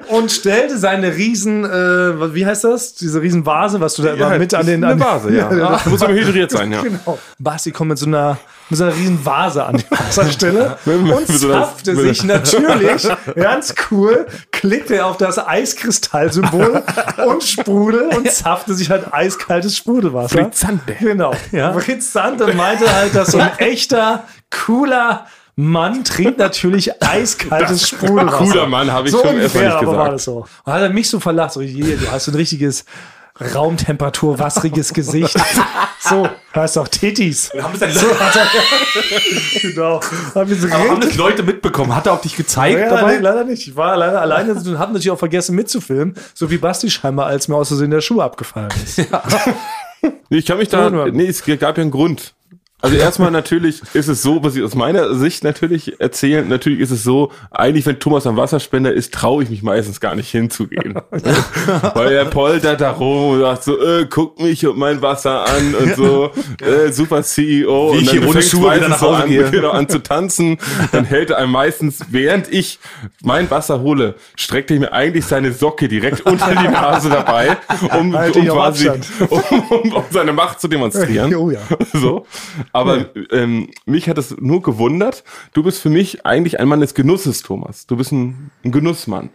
B: und stellte seine riesen, äh, wie heißt das? Diese riesen Vase, was du da immer mit an den... genau.
D: Eine
B: an,
D: Vase, ja. ja. Muss aber hydriert sein, ja.
B: Genau. Basti kommt mit so einer, mit so einer riesen Vase an die Wasserstelle
D: mit-
B: und
D: mit so einer-
B: zapfte
D: mit-
B: sich natürlich, ganz cool, klickte er auf das Eiskristallsymbol und Sprudel und zapfte sich halt eiskaltes Sprudelwasser.
D: Fritzante.
B: Genau. Ja. Fritz Sante meinte halt, dass so ein echter, cooler Mann trinkt natürlich eiskaltes Sprudelwasser.
D: Cooler Mann, habe ich schon erstmal nicht
B: aber war
D: gesagt.
B: das so. Und hat er mich so verlacht, so, je, du hast so ein richtiges Raumtemperatur, wassriges Gesicht. So, hast doch Tittis.
C: Haben das, so,
B: Genau. Hab ich so
C: haben das
B: geredet.
C: leider mitbekommen? Hat er auf dich gezeigt
B: Ja,
C: dabei?
B: nein, leider nicht. Ich war leider alleine und habe natürlich auch vergessen mitzufilmen, so wie Basti scheinbar, als mir aus Versehen der Schuh abgefallen ist.
D: Nee, Ich kann mich da.
B: Irgendwann.
D: Nee, es gab ja einen Grund. Also erstmal natürlich ist es so, was ich aus meiner Sicht natürlich erzählen, natürlich ist es so, eigentlich wenn Thomas am Wasserspender ist, traue ich mich meistens gar nicht hinzugehen. Weil er poltert da rum und sagt so, äh, guck mich und mein Wasser an und so, äh, super CEO.
C: Wie
D: und
C: ich hier ohne
D: fängt's
C: Schuhe wieder
D: meistens
C: nach
D: so
C: Hause
D: an,
C: gehe.
D: Genau, an zu tanzen. Dann hält er einem meistens, während ich mein Wasser hole, streckt er mir eigentlich seine Socke direkt unter die Nase dabei, um,
B: Halte
D: um
B: ich auf
D: quasi,
B: Abstand.
D: um, um, um seine Macht zu demonstrieren.
B: Oh ja.
D: So. Aber ähm, mich hat es nur gewundert. Du bist für mich eigentlich ein Mann des Genusses, Thomas. Du bist ein, ein Genussmann.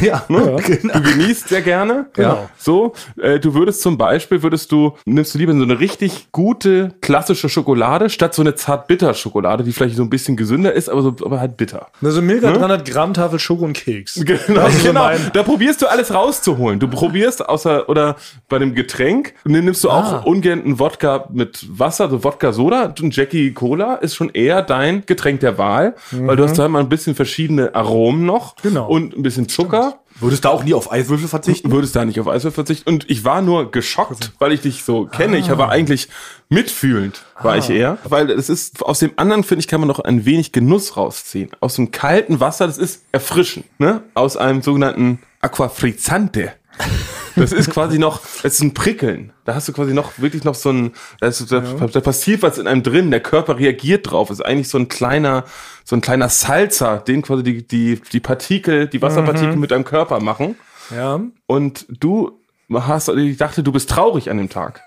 B: Ja,
D: Ne? Du genießt sehr gerne.
B: Genau.
D: So, äh, du würdest zum Beispiel, würdest du, nimmst du lieber so eine richtig gute klassische Schokolade statt so eine zart-bitter-Schokolade, die vielleicht so ein bisschen gesünder ist, aber, so, aber halt bitter.
B: Also Milka 300 Gramm Tafel Schoko und Keks.
D: Genau,
B: Das ist Also so
D: genau.
B: mein-
D: Da probierst du alles rauszuholen. Du probierst außer oder bei dem Getränk nimmst du
B: Ah.
D: auch ungern einen Wodka mit Wasser, so Wodka Soda und Jackie Cola ist schon eher dein Getränk der Wahl, weil du hast da mal ein bisschen verschiedene Aromen noch
B: Mhm. Genau.
D: und ein bisschen Zucker.
C: Würdest du auch nie auf Eiswürfel verzichten?
D: Würdest da nicht auf Eiswürfel verzichten. Und ich war nur geschockt, weil ich dich so kenne. Ich
C: Ah.
D: war eigentlich mitfühlend, war ich eher. Weil es ist, aus dem anderen, finde ich, kann man noch ein wenig Genuss rausziehen. Aus dem kalten Wasser, das ist erfrischend, ne? Aus einem sogenannten Aquafrizzante. Das ist quasi noch, es ist ein Prickeln. Da hast du quasi noch, wirklich noch so ein, da, ist, da, da passiert was in einem drin, der Körper reagiert drauf. Ist eigentlich so ein kleiner, so ein kleiner Salzer, den quasi die, die, die Partikel, die Wasserpartikel
C: Mhm.
D: mit deinem Körper machen.
B: Ja.
D: Und du hast, also ich dachte, du bist traurig an dem Tag.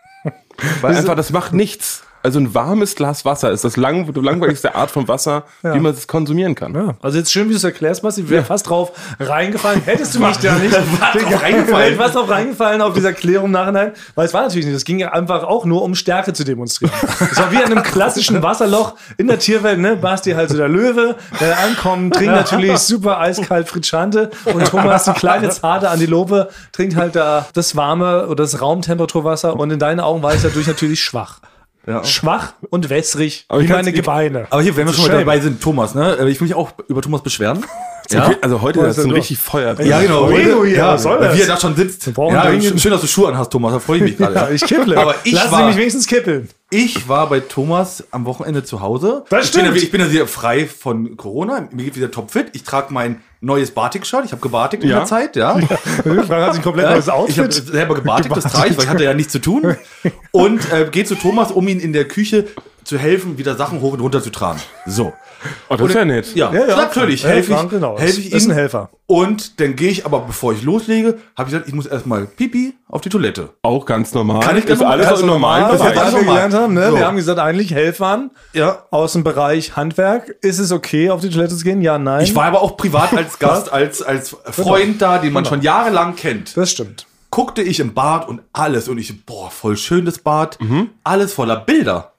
D: Weil einfach, das macht nichts. Also ein warmes Glas Wasser ist das lang, langweiligste Art von Wasser, wie man es konsumieren kann.
B: Ja, also jetzt schön, wie du es erklärst, Basti. Ich wäre fast drauf reingefallen. Hättest du mich da nicht
C: drauf
B: reingefallen.
C: reingefallen.
B: fast drauf reingefallen auf dieser Klärung im nachhinein. Weil es war natürlich nicht. Es ging ja einfach auch nur um Stärke zu demonstrieren. Es war wie an einem klassischen Wasserloch in der Tierwelt, ne? Basti halt so der Löwe, der ankommt, trinkt natürlich super eiskalt Fritschante und Thomas, die kleine zarte Antilope, trinkt halt da das warme oder das Raumtemperaturwasser und in deinen Augen war ich dadurch natürlich schwach.
C: Ja.
B: Schwach und wässrig
D: Aber
B: wie
D: ich kann's-
B: meine
D: ich-
B: Gebeine.
C: Aber hier, wenn wir
B: It's
C: schon
B: a
C: mal
B: shame.
C: dabei sind, Thomas, ne? Äh, Ich will mich auch über Thomas beschweren.
D: Okay, also heute ist es ein richtig Feuer.
C: Ja, genau.
B: Reno
C: Heute-
B: hier,
C: ja,
B: was soll
C: weil
B: das?
C: Wie er da schon sitzt.
B: brauchen
C: Ja,
B: dringend-
C: schön, schön, dass du Schuhe anhast, Thomas. Da freue ich mich gerade.
B: Ja, ich kipple.
C: Aber ich
B: Lassen Sie
C: war,
B: mich wenigstens kippeln.
C: ich war bei Thomas am Wochenende zu Hause.
B: Das
C: ich bin, ja,
B: stimmt.
C: ich bin ja wieder frei von Corona. Mir geht wieder topfit. Ich trage mein neues Batik-Shirt. Ich habe gebartigt in
D: Ja.
C: der Zeit, ja.
B: Frank hat sich komplett neues
C: Ich habe
B: Outfit.
C: selber gebartigt, das trage ich, weil ich hatte ja nichts zu tun. Und äh, gehe zu Thomas, um ihn in der Küche zu helfen, wieder Sachen hoch und runter zu tragen. So.
D: Oh, das ist ja nett.
C: Ja,
B: Ja, ja.
C: natürlich.
B: Helfer,
C: Helfe ich,
B: genau.
C: helfe ich
B: Ist
C: ihm.
B: ein Helfer.
C: Und dann gehe ich aber, bevor ich loslege, habe ich gesagt, ich muss erstmal Pipi auf die Toilette.
D: Auch ganz normal.
C: Kann ich
D: das
C: ganz
D: ist
C: normal-
D: alles
C: ganz
D: im normalen
C: normal.
B: Was wir
C: Das
D: Bereich.
C: ist
B: gerade
C: nochmal.
B: gelernt haben, ne?
C: So.
B: wir haben gesagt, eigentlich Helfern
C: Ja.
B: aus dem Bereich Handwerk. Ist es okay, auf die Toilette zu gehen? Ja, nein.
C: Ich war aber auch privat als Gast, als, als
D: Genau.
C: Freund da, den man schon jahrelang kennt.
B: das stimmt.
C: Guckte ich im Bad und alles und ich, boah, voll schön das Bad.
D: Mhm.
C: Alles voller Bilder.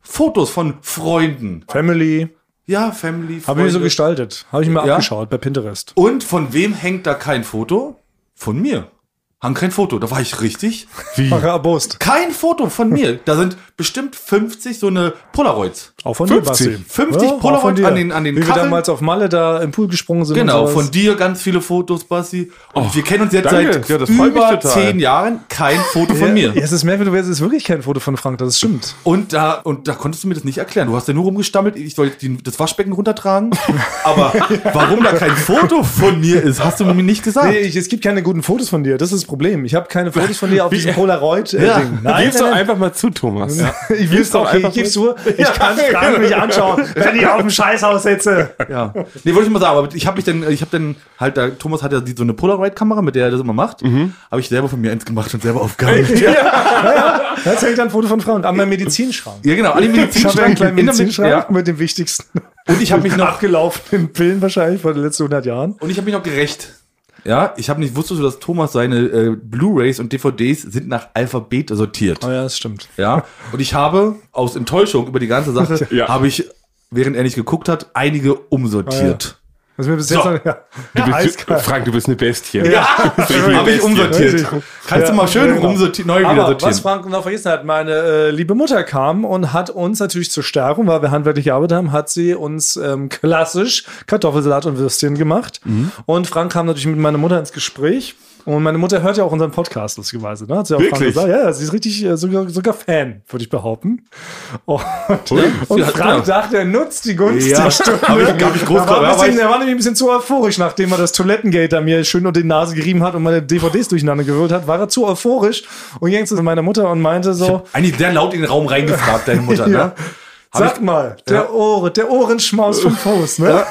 C: Fotos von Freunden.
B: Family.
C: Ja, Family,
B: Habe ich mir so
C: Freunde.
B: gestaltet. Habe ich mir
C: Ja.
B: abgeschaut bei Pinterest.
C: Und von wem hängt da kein Foto? Von mir. Haben kein Foto. Da war ich richtig.
D: Wie?
B: Mache Abost.
C: Kein Foto von mir. Da sind bestimmt 50 so eine Polaroids.
B: Auch von dir,
D: 50.
B: Basti.
C: 50
B: auch
C: Polaroid
B: von dir.
C: an den- an den
B: Wie wir
C: Kacheln.
B: damals auf Malle da im Pool gesprungen sind.
C: Genau,
B: und sowas.
C: von dir ganz viele Fotos, Basti. Und wir kennen uns jetzt
D: Oh, danke.
C: seit
D: Ja, das freut mich
C: über
D: total.
C: zehn Jahren kein Foto von
B: Ja,
C: mir.
B: es ist merkwürdig, es ist wirklich kein Foto von Frank, das stimmt.
C: Und da, und da konntest du mir das nicht erklären. Du hast ja nur rumgestammelt, ich soll die, das Waschbecken runtertragen. Aber warum da kein Foto von mir ist, hast du mir nicht gesagt.
B: Nee, ich, es gibt keine guten Fotos von dir, das ist das Problem. Ich habe keine Fotos von dir auf diesem äh, Polaroid-Ding.
C: Ja.
D: Gib's doch einfach mal zu, Thomas.
B: Ich will's doch, okay, ich gib's zu. Ich kann Frank nicht anschauen, wenn ich auf dem Scheißhaus sitze.
C: Ja. Nee, wollte ich mal sagen, aber ich habe mich dann, ich habe dann halt, da, Thomas hat ja die, so eine Polaroid-Kamera, mit der er das immer macht.
B: Mhm.
C: Habe ich selber von mir eins gemacht und selber aufgehangen. Ja.
B: Da zeige ich dann ein Foto von Frank an meinem Medizinschrank.
C: genau, alle
B: Ich habe ja einen kleinen
C: in der Mitte,
B: Medizinschrank
C: ja.
B: mit dem wichtigsten
C: Und ich habe mich noch,
B: abgelaufenen Pillen wahrscheinlich von den letzten 100 Jahren.
C: und ich habe mich noch gerecht. Ja, ich habe nicht, wusstest du, dass Thomas seine äh, Blu-Rays und DVDs sind nach Alphabet sortiert.
B: Oh ja, das stimmt.
C: Ja, und ich habe aus Enttäuschung über die ganze Sache,
D: Ja.
C: habe ich, während er nicht geguckt hat, einige umsortiert.
B: Was mir bis jetzt
C: So.
B: noch, ja.
D: Du bist,
B: Eiskalt.
D: Frank, du bist eine Bestie.
B: Ah,
C: habe ich umsortiert.
B: Ja.
C: Kannst du mal schön
B: Ja, genau.
C: umsortieren, neu wieder
B: Aber
C: sortieren.
B: was Frank noch vergessen hat, meine äh, liebe Mutter kam und hat uns natürlich zur Stärkung, weil wir handwerklich gearbeitet haben, hat sie uns ähm, klassisch Kartoffelsalat und Würstchen gemacht.
C: Mhm.
B: Und Frank kam natürlich mit meiner Mutter ins Gespräch. Und meine Mutter hört ja auch unseren Podcast, lustigerweise. Ne? Hat sie auch Frank
D: Wirklich?
B: gesagt. Ja, ja, sie ist richtig äh, sogar, sogar Fan, würde ich behaupten. Und, und
C: ja, klar.
B: Frank sagt, er nutzt die Gunst
C: Ja,
B: der Stunde.
C: hab ich- hab ich groß
B: er, war
C: drauf,
B: ein
C: ja,
B: bisschen,
C: weiß.
B: er war nämlich ein bisschen zu euphorisch, nachdem er das Toilettengate an mir schön unter die Nase gerieben hat und meine DVDs durcheinander gewürgt hat, war er zu euphorisch und ging zu meiner Mutter und meinte so,
C: Eigentlich sehr laut in den Raum reingefragt, deine Mutter,
B: Ja.
C: ne? Hab
B: sag
C: ich-
B: mal, der Ohre, der Ohrenschmaus vom Post, ne?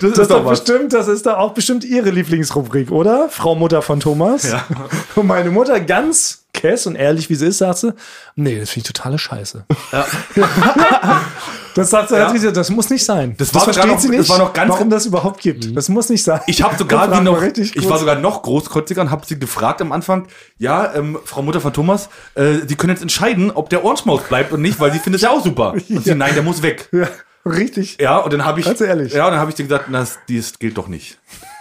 C: Das,
B: Das ist,
C: doch
B: doch
C: was.
B: bestimmt, das ist doch auch bestimmt ihre Lieblingsrubrik, oder? Frau Mutter von Thomas.
C: Ja.
B: Und meine Mutter ganz kess und ehrlich, wie sie ist, sagt sie, nee, das finde ich totale Scheiße. das sagt sie, hat sie gesagt, das muss nicht sein.
C: Das war sogar noch- das war noch ganz- Mhm.
B: warum das überhaupt gibt. Das muss nicht sein.
C: Ich habe sogar
B: Das war
C: die noch,
B: richtig
C: ich
B: gut.
C: war sogar noch großkreuziger und habe sie gefragt am Anfang, ja, ähm, Frau Mutter von Thomas, äh, Sie können jetzt entscheiden, ob der Ohrenschmaus bleibt und nicht, weil sie findet es ja auch super. Und sie, nein, der muss weg.
B: Ja, richtig.
C: Ja, und dann habe ich,
B: Ganz ehrlich.
C: ja, und dann habe ich dir gesagt, na, das, das gilt doch nicht.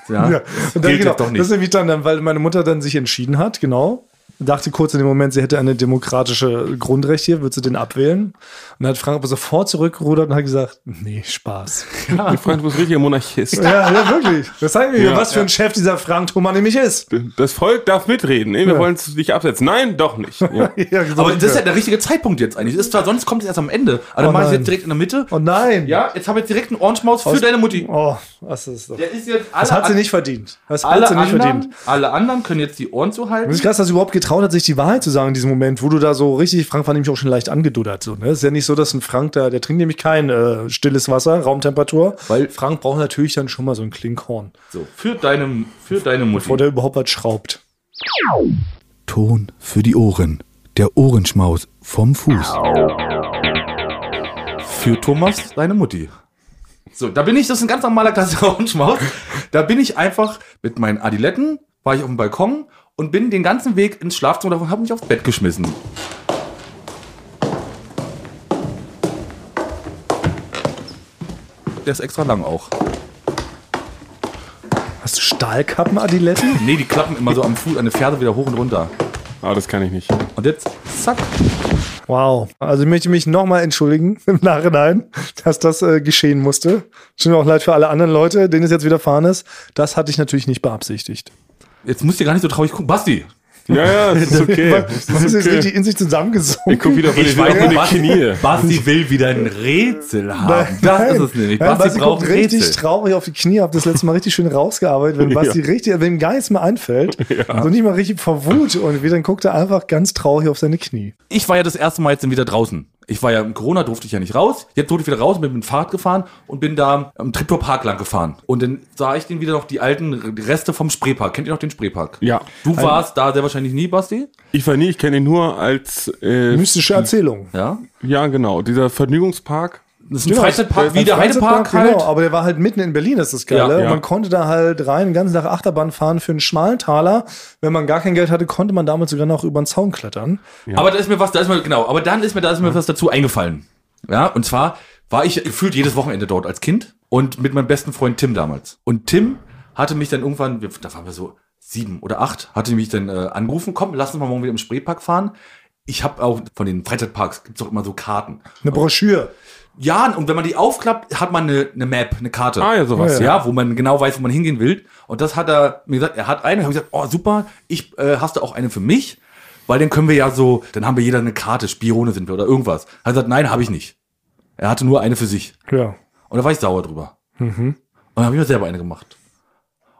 C: Ja,
B: Ja.
C: das
B: Und dann,
C: gilt
B: genau,
C: jetzt doch
B: Das
C: nicht.
B: ist nämlich dann, dann, weil meine Mutter dann sich entschieden hat, genau. Dachte kurz in dem Moment, sie hätte eine demokratische Grundrecht hier, würde sie den abwählen. Und dann hat Frank aber sofort zurückgerudert und hat gesagt, nee, Spaß.
D: Mein Freund, du bist richtig ein Monarchist.
B: Ja, ja wirklich. Das zeigt mir,
D: Ja,
B: was für ein Chef dieser Frank Thoman nämlich ist.
D: Das Volk darf mitreden. Nee, wir wollen es nicht absetzen. Nein, doch nicht. Ja.
C: Aber das ist ja der richtige Zeitpunkt jetzt eigentlich. Das ist zwar, sonst kommt es erst am Ende. Aber dann
B: Oh
C: mach ich es
B: nein.
C: jetzt direkt in der Mitte.
B: oh nein.
C: Ja, jetzt habe ich direkt einen Ohrenschmaus für
B: Aus-
C: deine Mutti.
B: Oh, das ist doch.
C: Der ist jetzt alle
B: Das hat sie
C: an-
B: nicht verdient. Das
C: alle
B: hat sie nicht
C: anderen,
B: verdient.
C: Alle anderen können jetzt die Ohren
B: Und es
C: zuhalten.
B: ist krass, dass sie überhaupt getraut hat, sich die Wahrheit zu sagen in diesem Moment, wo du da so richtig, Frank war nämlich auch schon leicht angeduddert. So, ne? Es ist ja nicht so, dass ein Frank da, der trinkt nämlich kein äh, stilles Wasser, Raumtemperatur.
C: Weil-
B: Frank braucht natürlich dann schon mal so ein Klinkhorn,
C: So, für deine, für deine Mutti.
B: wo der überhaupt was schraubt.
E: Ton für die Ohren. Der Ohrenschmaus vom Fuß.
C: Für Thomas, deine Mutti. So, da bin ich, das ist ein ganz normaler klassischer Ohrenschmaus. Da bin ich einfach mit meinen Adiletten, war ich auf dem Balkon und bin den ganzen Weg ins Schlafzimmer und habe mich aufs Bett geschmissen. Der ist extra lang auch.
B: Hast du Stahlkappen-Adiletten?
C: Nee, die klappen immer so am Fuß, an der Pferde wieder hoch und runter.
D: Ah, das kann ich nicht.
C: Und jetzt, zack.
B: Wow. Also ich möchte mich nochmal entschuldigen im Nachhinein, dass das äh, geschehen musste. Tut mir auch leid für alle anderen Leute, denen es jetzt widerfahren ist. Das hatte ich natürlich nicht beabsichtigt.
C: Jetzt müsst ihr gar nicht so traurig gucken. Basti,
D: Ja, ja, das ist okay.
B: Das ist jetzt richtig in sich zusammengesunken.
D: Ich guck wieder auf
C: Ich
D: meine-
C: weiß,
D: auf meine
C: Basti,
D: Knie.
C: Basti will wieder ein Rätsel haben.
B: Nein,
C: Das
B: nein.
C: ist es nämlich.
B: Nein,
C: Basti, braucht
B: guckt
C: ein
B: richtig
C: Rätsel.
B: traurig auf die Knie, hab das letzte Mal richtig schön rausgearbeitet, wenn Basti richtig, wenn ihm gar nichts mehr einfällt, so nicht mal richtig verwut und wie dann guckt er einfach ganz traurig auf seine Knie.
C: Ich war ja das erste Mal jetzt dann wieder draußen. Ich war ja im Corona, durfte ich ja nicht raus. Jetzt durfte ich wieder raus, bin mit dem Fahrrad gefahren und bin da am Triptor Park lang gefahren. Und dann sah ich den wieder noch die alten Reste vom Spreepark. Kennt ihr noch den Spreepark?
D: Ja.
C: Du warst da sehr wahrscheinlich nie, Basti.
D: Ich war nie, ich kenne ihn nur als, äh,
B: Mystische
C: Hm.
B: Erzählung.
C: Ja.
D: ja genau, dieser Vergnügungspark.
C: Das ist ein Freizeitpark wie
B: Ein
C: der Heidepark
B: Freizeitpark,
C: halt.
B: Genau, aber der war halt mitten in Berlin, das ist das Geile.
C: Ja,
D: ja.
B: Und man konnte da halt rein, den ganzen Tag Achterbahn fahren für einen schmalen Taler. Wenn man gar kein Geld hatte, konnte man damals sogar noch über den Zaun klettern.
C: Aber da ist mir was, da ist mir, genau, aber dann ist mir, da ist mir was dazu eingefallen. Ja, und zwar war ich gefühlt jedes Wochenende dort als Kind und mit meinem besten Freund Tim damals. Und Tim hatte mich dann irgendwann, wir- da waren wir so sieben oder acht, hatte die mich dann äh, angerufen, komm, lass uns mal morgen wieder im Spreepark fahren. Ich habe auch von den Freizeitparks gibt's auch immer so Karten.
B: Eine Broschüre.
C: Ja, und wenn man die aufklappt, hat man eine, eine Map, eine Karte.
D: Ah, ja, sowas,
C: Ja, wo man genau weiß, wo man hingehen will. Und das hat er mir gesagt, er hat eine. Hab ich gesagt, oh, super, ich, äh, hast du auch eine für mich? Weil dann können wir ja so, dann haben wir jeder eine Karte, Spione sind wir oder irgendwas. Hat er gesagt, nein, habe ich nicht. Er hatte nur eine für sich.
B: Ja.
C: Und da war ich sauer drüber. Und dann habe ich mir selber eine gemacht.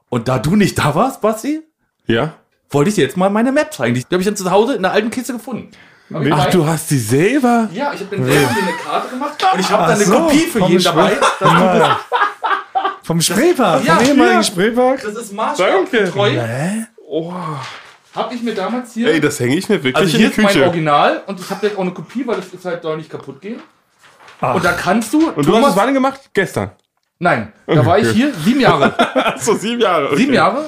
C: Und da du nicht da warst, Basti,
D: Ja?
C: wollte ich dir jetzt mal meine Map zeigen. Die habe ich dann zu Hause in einer alten Kiste gefunden. Hab ich
D: Ach,
C: rein-
D: du hast die selber?
C: ja, ich habe dann selber mir eine Karte gemacht und ich habe dann eine
B: so,
C: Kopie für
B: komm,
C: jeden
B: ich
C: dabei.
B: Vom Spreepark,
C: Ja,
B: vom ehemaligen
C: ja.
B: Spreepark.
C: Das ist maßstabgetreu. Habe ich mir damals hier.
D: Ey, das hänge ich mir wirklich
C: also
D: in
C: hier
D: die
C: ist mein
D: Küche.
C: Original und ich habe jetzt auch eine Kopie, weil das ist halt doch nicht kaputt gehen. Und da kannst du.
D: Und du hast es wann gemacht? Gestern.
C: nein, da war ich hier sieben Jahre.
D: Achso, sieben Jahre. okay.
C: Sieben Jahre.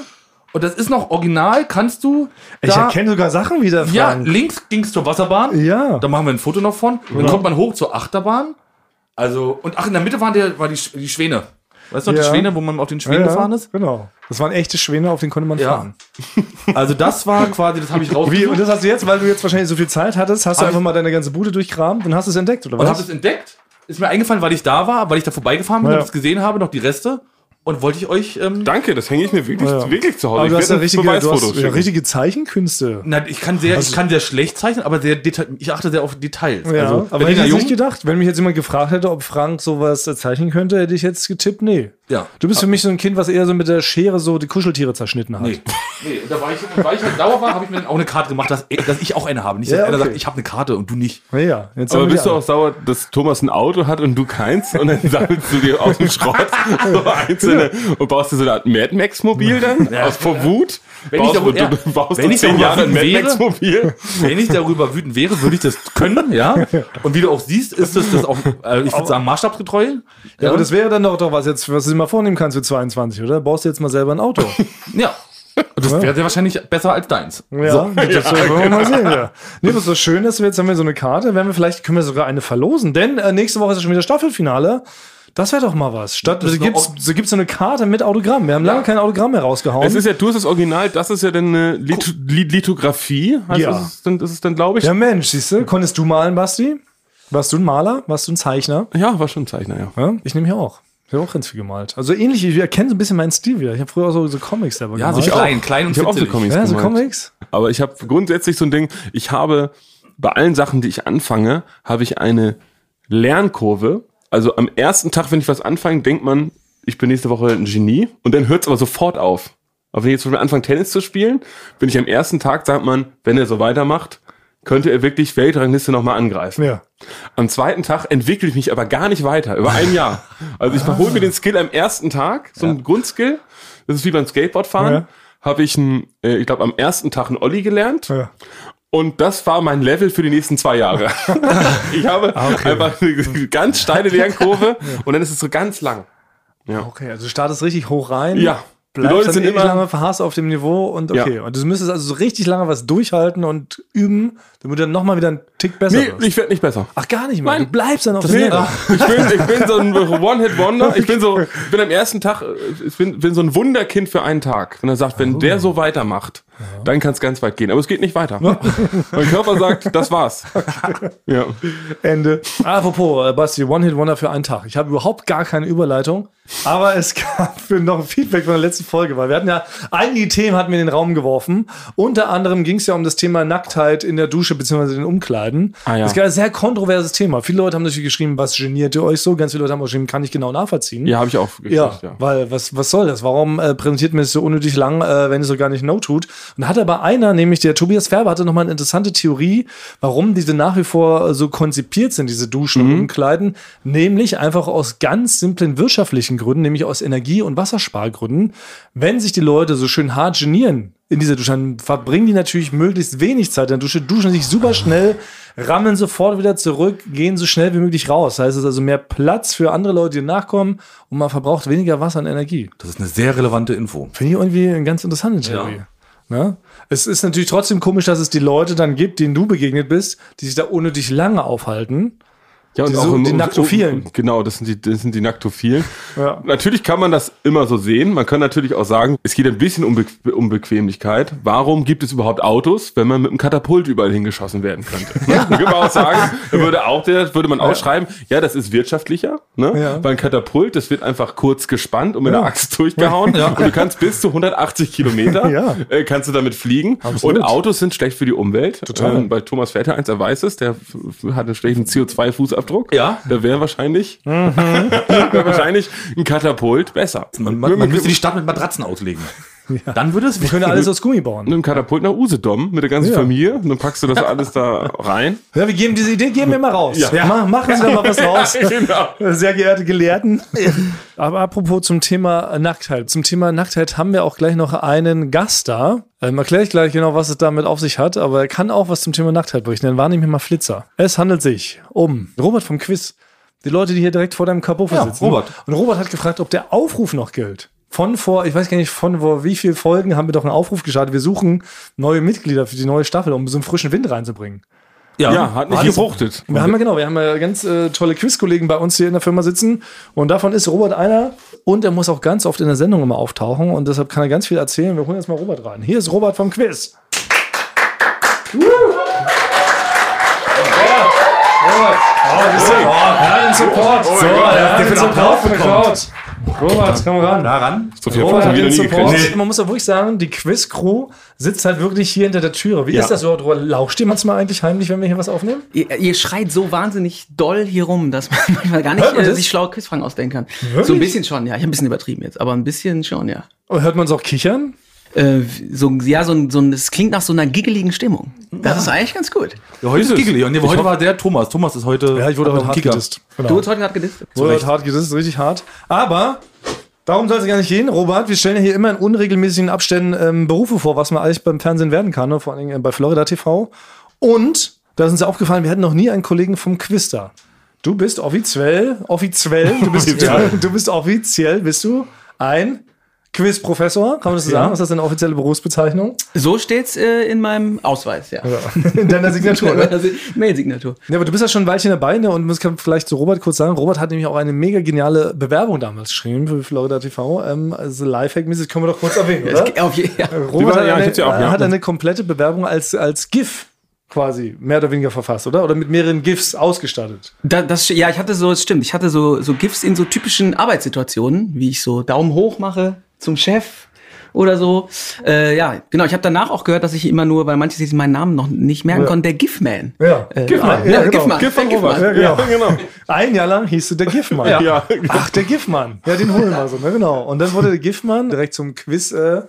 C: Und das ist noch original, kannst du.
B: Ich
C: da-
B: erkenne sogar Sachen wieder,
C: Ja,
B: Frank.
C: links ging's zur Wasserbahn.
B: Ja.
C: Da machen wir ein Foto noch von. Dann kommt man hoch zur Achterbahn. Also, und ach, in der Mitte waren der, war die, Sch- die Schwäne. Weißt du noch,
B: Ja.
C: die Schwäne, wo man auf den Schwänen gefahren ist?
B: Genau. Das waren echte Schwäne, auf denen konnte man
C: Ja.
B: fahren.
C: Also, das war quasi, das habe ich rausgesucht.
B: Wie, und das hast du jetzt, weil du jetzt wahrscheinlich so viel Zeit hattest, hast du
C: Hab
B: einfach
C: ich-
B: mal deine ganze Bude durchkramt und hast es entdeckt, oder
C: und habe
B: was?
C: es entdeckt. Ist mir eingefallen, weil ich da war, weil ich da vorbeigefahren bin
B: Ja.
C: und es gesehen habe, noch die Reste. Und wollte ich euch. Ähm,
D: Danke, das hänge ich mir wirklich,
B: Ja.
D: wirklich zu Hause.
B: Aber
D: Ich
B: du hast ja
D: werde ein
B: richtige, du
D: Beweisfoto
B: hast, ja,
D: schicken. Also,
B: richtige Zeichenkünste. Also,
C: na, ich, kann sehr, ich kann sehr schlecht zeichnen, aber sehr detail, ich achte sehr auf Details.
B: Ja,
C: also,
B: aber
C: wenn
B: hätte
C: ich
B: ich
C: jung,
B: nicht gedacht. Wenn mich jetzt jemand gefragt hätte, ob Frank sowas äh, zeichnen könnte, hätte ich jetzt getippt, nee.
C: Ja.
B: Du bist für mich so ein Kind, was eher so mit der Schere so die Kuscheltiere zerschnitten hat.
C: Nee. nee, und da war ich, und weil ich halt sauer war, habe ich mir dann auch eine Karte gemacht, dass, dass ich auch eine habe. Nicht, dass
B: Ja,
C: einer sagt,
B: okay.
C: ich habe eine Karte und du nicht.
B: Ja, jetzt
D: Aber
B: haben wir
D: bist
B: die
D: du auch
B: alle.
D: sauer, dass Thomas ein Auto hat und du keins und dann sammelst du dir aus dem Schrott so einzelne und baust dir so eine Art Mad Max Mobil dann aus vor Wut?
C: Wenn ich
D: baust
C: darüber-
D: du,
C: ja,
D: du baust
C: wenn
D: du
C: ich
D: zehn
C: darüber
D: Jahre ein Mad
C: wäre-
D: Max Mobil?
C: Wenn ich darüber wütend wäre, würde ich das können, ja. Und wie du auch siehst, ist das, das auch, äh, ich würde sagen, maßstabgetreu.
B: Ja,
C: Ja,
B: aber das wäre dann doch, doch was jetzt, was du dir mal vornehmen kannst für 22, oder? Baust du jetzt mal selber ein Auto.
C: ja. Und das wäre sehr wahrscheinlich besser als deins.
B: Ja, das wollen wir mal sehen. Ja. Nee, das ist so schön, dass wir jetzt haben wir so eine Karte, werden wir vielleicht können wir sogar eine verlosen, denn äh, nächste Woche ist ja schon wieder Staffelfinale. Das wäre doch mal was. Statt
C: Das
B: so
C: ist
B: gibt's,
C: noch-
B: so gibt's so eine Karte mit Autogramm. Wir haben lange kein Autogramm mehr rausgehauen.
D: Es ist ja, du hast das Original, das ist ja dann eine Lit Li- Lithografie, heißt
B: Ja.
D: das ist es dann, das ist dann glaube ich.
B: ja
D: Ja.
B: Mensch, siehst du, konntest du malen, Basti? Warst du ein Maler? Warst du ein Zeichner?
D: war schon ein Zeichner, ja.
B: Ja, ich nehme hier auch. Ich habe auch ganz viel gemalt. Also ähnlich, ich erkenne so ein bisschen meinen Stil wieder. Ich habe früher auch so, so Comics selber
C: Ja, so
B: gemalt.
C: klein, klein und
D: Ich habe auch so
C: fitzelig.
D: Comics
B: Ja, so
D: gemalt.
B: Comics.
D: Aber ich habe grundsätzlich so ein Ding, ich habe bei allen Sachen, die ich anfange, habe ich eine Lernkurve. Also am ersten Tag, wenn ich was anfange, denkt man, ich bin nächste Woche ein Genie und dann hört es aber sofort auf. Aber wenn ich jetzt zum Beispiel anfange, Tennis zu spielen, bin ich am ersten Tag, sagt man, wenn er so weitermacht, könnte er wirklich Weltrangliste nochmal angreifen.
B: Ja.
D: Am zweiten Tag entwickle ich mich aber gar nicht weiter, über ein Jahr. Also ich hole mir den Skill am ersten Tag, so einen Grundskill. Das ist wie beim Skateboardfahren.
B: Ja.
D: Habe ich, einen, äh, ich glaube, am ersten Tag einen Olli gelernt.
B: Ja.
D: Und das war mein Level für die nächsten zwei Jahre. ich habe
B: Ah,
D: einfach eine ganz steile Lernkurve und dann ist es so ganz lang.
B: Okay, also du startest richtig hoch rein.
D: Ja. Die
B: Bleibst
D: Leute
B: dann
D: sind
B: ewig
D: immer-
B: lange verharrst auf dem Niveau und okay.
D: Ja.
B: Und du müsstest also so richtig lange was durchhalten und üben, damit du dann nochmal wieder einen Tick besser
D: Nee,
B: wirst.
D: ich werde nicht besser.
B: Ach, gar nicht mehr. Du
D: Nein.
B: bleibst dann auf dem
D: Nee,
B: Level.
D: ich, bin, ich bin so ein One-Hit-Wonder. Ich bin so, ich bin am ersten Tag, äh, ich bin, bin so ein Wunderkind für einen Tag. Wenn er sagt, wenn der so weitermacht, dann kann es ganz weit gehen. Aber es geht nicht weiter. mein Körper sagt, das war's. Ja.
B: Ende. Apropos, äh, Basti, One-Hit-Wonder für einen Tag. Ich habe überhaupt gar keine Überleitung, aber es gab für noch ein Feedback von der letzten Folge, weil wir hatten ja einige Themen hatten wir in den Raum geworfen. Unter anderem ging es ja um das Thema Nacktheit in der Dusche bzw. den Umkleiden.
D: Ah, ja.
B: Das war ein sehr kontroverses Thema. Viele Leute haben natürlich geschrieben, was geniert ihr euch so? Ganz viele Leute haben auch geschrieben, kann ich genau nachvollziehen.
D: Ja, habe ich auch
B: Ja,
D: gekriegt, ja.
B: weil was, was soll das? Warum äh, präsentiert man es so unnötig lang, äh, wenn es so gar nicht no tut? Und da hat aber einer, nämlich der Tobias Färber, hatte nochmal eine interessante Theorie, warum diese nach wie vor äh, so konzipiert sind, diese Duschen und Umkleiden, nämlich einfach aus ganz simplen wirtschaftlichen Gründen, nämlich aus Energie- und Wasserspargründen. Wenn sich die Leute so schön hart genieren in dieser Dusche, dann verbringen die natürlich möglichst wenig Zeit in der Dusche, duschen sich super schnell, rammeln sofort wieder zurück, gehen so schnell wie möglich raus. Das heißt, es ist also mehr Platz für andere Leute, die nachkommen und man verbraucht weniger Wasser und Energie.
C: Das ist eine sehr relevante Info.
B: Finde ich irgendwie eine ganz interessante Theorie.
C: Ja.
B: Ne? Es ist natürlich trotzdem komisch, dass es die Leute dann gibt, denen du begegnet bist, die sich da unnötig lange aufhalten.
D: Ja, und
B: Die
D: auch
B: so-
D: im-
B: die
D: im-
B: Naktophilen.
D: Genau, das sind die, das sind die Naktophilen.
B: Ja.
D: Natürlich kann man das immer so sehen. Man kann natürlich auch sagen, es geht ein bisschen um, Be um Bequemlichkeit. Warum gibt es überhaupt Autos, wenn man mit einem Katapult überall hingeschossen werden könnte? Ne? Dann Könnte man auch sagen, dann würde, auch der, würde man auch schreiben, ja, das ist wirtschaftlicher, ne?
B: Ja.
D: weil ein Katapult, das wird einfach kurz gespannt und mit einer Axt durchgehauen und du kannst bis zu 180 Kilometer
B: Ja.
D: äh, kannst du damit fliegen
B: Absolut.
D: und Autos sind schlecht für die Umwelt. Total. bei Thomas Vetter eins, er weiß es, der f- f- hat einen schlechten CO2-Fußabdruck.
C: Ja.
D: Da wäre wahrscheinlich, wäre wahrscheinlich ein Katapult besser.
C: Man, man, man müsste die Stadt mit Matratzen auslegen. Dann würde es.
B: Wir können alles aus Gummi bauen.
D: mit einem Katapult nach Usedom mit der ganzen
B: Ja.
D: Familie und dann packst du das alles da rein.
B: Ja, wir geben diese Idee, geben wir mal raus.
D: Ja.
B: Ma- machen Sie da mal was raus.
D: genau.
B: Sehr geehrte Gelehrten. Aber apropos zum Thema Nacktheit. Zum Thema Nacktheit haben wir auch gleich noch einen Gast da. Ähm, Erkläre ich gleich genau, was es damit auf sich hat, aber er kann auch was zum Thema Nacktheit berichten. Dann war nämlich mal Flitzer. Es handelt sich um Robert vom Quiz. Die Leute, die hier direkt vor deinem Kabuff
C: Ja,
B: sitzen.
C: Robert.
B: Und Robert hat gefragt, ob der Aufruf noch gilt. Von vor, ich weiß gar nicht, von vor wie viel Folgen haben wir doch einen Aufruf gestartet. Wir suchen neue Mitglieder für die neue Staffel, um so einen frischen Wind reinzubringen.
D: Ja, hat nicht gefruchtet.
B: Wir haben ja genau, wir haben ja ganz äh, tolle Quizkollegen bei uns hier in der Firma sitzen und davon ist Robert einer und er muss auch ganz oft in der Sendung immer auftauchen und deshalb kann er ganz viel erzählen. Wir holen jetzt mal Robert rein. Hier ist Robert vom Quiz.
C: Oh,
B: Herren Support. So,
C: hat den Applaus
B: Robert, komm ran.
C: Daran.
D: So viel
B: Robert
D: Erfolg
B: hat
D: haben wir
B: den
D: noch nie
B: Support.
D: gekriegt.
B: Man muss auch wirklich sagen, die Quiz-Crew sitzt halt wirklich hier hinter der Türe. Wie ist das so? Robert? Lauscht ihr manchmal eigentlich heimlich, wenn wir hier was aufnehmen?
F: Ihr, ihr schreit so wahnsinnig doll hier rum, dass man manchmal gar nicht
B: Hört man
F: äh,
B: das?
F: sich schlaue Quizfragen ausdenken kann. So ein bisschen schon, ja. Ich habe ein bisschen übertrieben jetzt, aber ein bisschen schon, ja.
B: Hört man es auch kichern?
F: Äh, so, ja, so ein, so ein, das klingt nach so einer giggeligen Stimmung. Das ist eigentlich ganz gut.
C: Ja, heute ist
D: es.
C: Giggly. Und nee, heute war der Thomas. Thomas ist heute.
B: Ja, ich wurde
C: am
B: heute hart
C: Kicker.
B: gedisst. Genau.
F: Du hast heute gerade gedistet.
B: wurde heute hart gedisst, richtig hart. Aber darum soll es gar nicht gehen, Robert. Wir stellen ja hier immer in unregelmäßigen Abständen ähm, Berufe vor, was man eigentlich beim Fernsehen werden kann, ne? vor allen Dingen äh, bei Florida TV. Und da ist uns ja aufgefallen, wir hatten noch nie einen Kollegen vom Quiz da. Du bist offiziell, offiziell, du bist, ja, du bist offiziell, bist du ein Quizprofessor, kann man das so sagen? Ist das eine offizielle Berufsbezeichnung?
F: So steht's äh, in meinem Ausweis, ja.
B: In deiner Signatur, ne?
F: Also, Mail-Signatur.
B: Ja, aber du bist ja schon ein Weilchen dabei ne? und muss kann vielleicht zu Robert kurz sagen, Robert hat nämlich auch eine mega geniale Bewerbung damals geschrieben für Florida TV. Ähm, also Lifehack-mäßig können wir doch kurz erwähnen, oder?
F: Auf je, ja.
B: Robert
D: Ja,
B: hat,
D: ja, ich
B: eine,
D: hab's ja auch, ne?
B: äh,
D: ja.
B: hat eine komplette Bewerbung als, als GIF quasi mehr oder weniger verfasst, oder? Oder mit mehreren GIFs ausgestattet.
F: Da, das, ja, ich hatte so, es stimmt, ich hatte so, so GIFs in so typischen Arbeitssituationen, wie ich so Daumen hoch mache zum Chef oder so. Äh, ja, genau, ich habe danach auch gehört, dass ich immer nur, weil manche sich meinen Namen noch nicht merken konnten, der GIF-Man.
B: Ja.
F: Äh,
B: GIF-Man, ja,
F: Ja, ja,
B: genau.
F: GIF-Man.
D: GIF von
F: der
D: Robert.
F: GIF-Man.
B: Ja, genau. Ein Jahr lang hieß du der Giftmann.
D: Ja. Ja, genau.
B: Ach, der Giftmann. Ja, den holen wir so, ne, genau. Und dann wurde der Giftmann direkt zum Quiz äh, äh,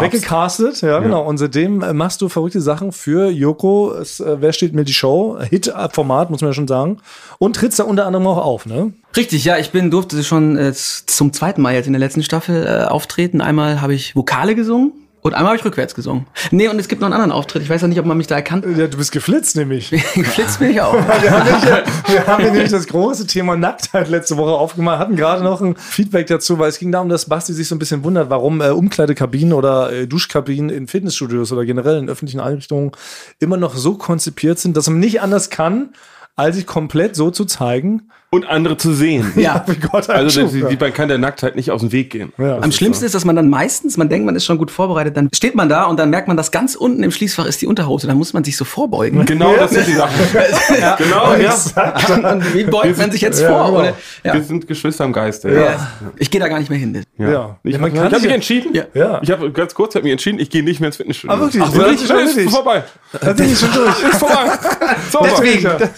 B: weggecastet. Ja, genau. Und seitdem äh, machst du verrückte Sachen für Joko. Es, äh, wer steht mir die Show? Hit-Format, muss man ja schon sagen. Und trittst da unter anderem auch auf, ne?
F: Richtig, ja, ich bin, durfte schon äh, z- zum zweiten Mal jetzt in der letzten Staffel äh, auftreten. Einmal habe ich Vokale gesungen und einmal habe ich rückwärts gesungen. Nee, und es gibt noch einen anderen Auftritt. Ich weiß ja nicht, ob man mich da erkannt hat.
B: Ja, du bist geflitzt nämlich.
F: Geflitzt bin ich auch.
B: Wir haben, nämlich, wir haben hier nämlich das große Thema Nacktheit letzte Woche aufgemacht, hatten gerade noch ein Feedback dazu, weil es ging darum, dass Basti sich so ein bisschen wundert, warum äh, Umkleidekabinen oder äh, Duschkabinen in Fitnessstudios oder generell in öffentlichen Einrichtungen immer noch so konzipiert sind, dass man nicht anders kann, als sich komplett so zu zeigen,
D: Und andere zu sehen.
F: Ja.
B: wie Gott einen
D: Also
B: schuf,
D: das, die,
B: ja.
D: die, man kann der Nacktheit nicht aus dem Weg gehen.
B: Ja.
F: Am schlimmsten ist, dass man dann meistens, man denkt, man ist schon gut vorbereitet, dann steht man da und dann merkt man, dass ganz unten im Schließfach ist die Unterhose. Dann muss man sich so vorbeugen.
D: Genau das sind die Sachen.
B: Oh,
D: Genau, ja.
F: und, und wie beugt man sich jetzt vor?
B: genau.
F: Oder? Ja.
D: Wir sind Geschwister im Geiste.
F: Ja. Ich gehe da gar nicht mehr hin.
B: Ja. Ja.
D: Ich,
B: Ja, man
D: ich
B: kann
D: habe
B: sich-
D: mich entschieden.
F: Ja.
B: Ja.
D: Ich habe ganz kurz hab mich entschieden, ich gehe nicht mehr ins Fitnessstudio.
B: Ah, wirklich?
D: Ach,
B: Ja,
D: wirklich?
B: das ist
D: Ist,
B: wirklich.
D: vorbei.
B: Da bin ich schon durch.
D: Ist vorbei. Sauber.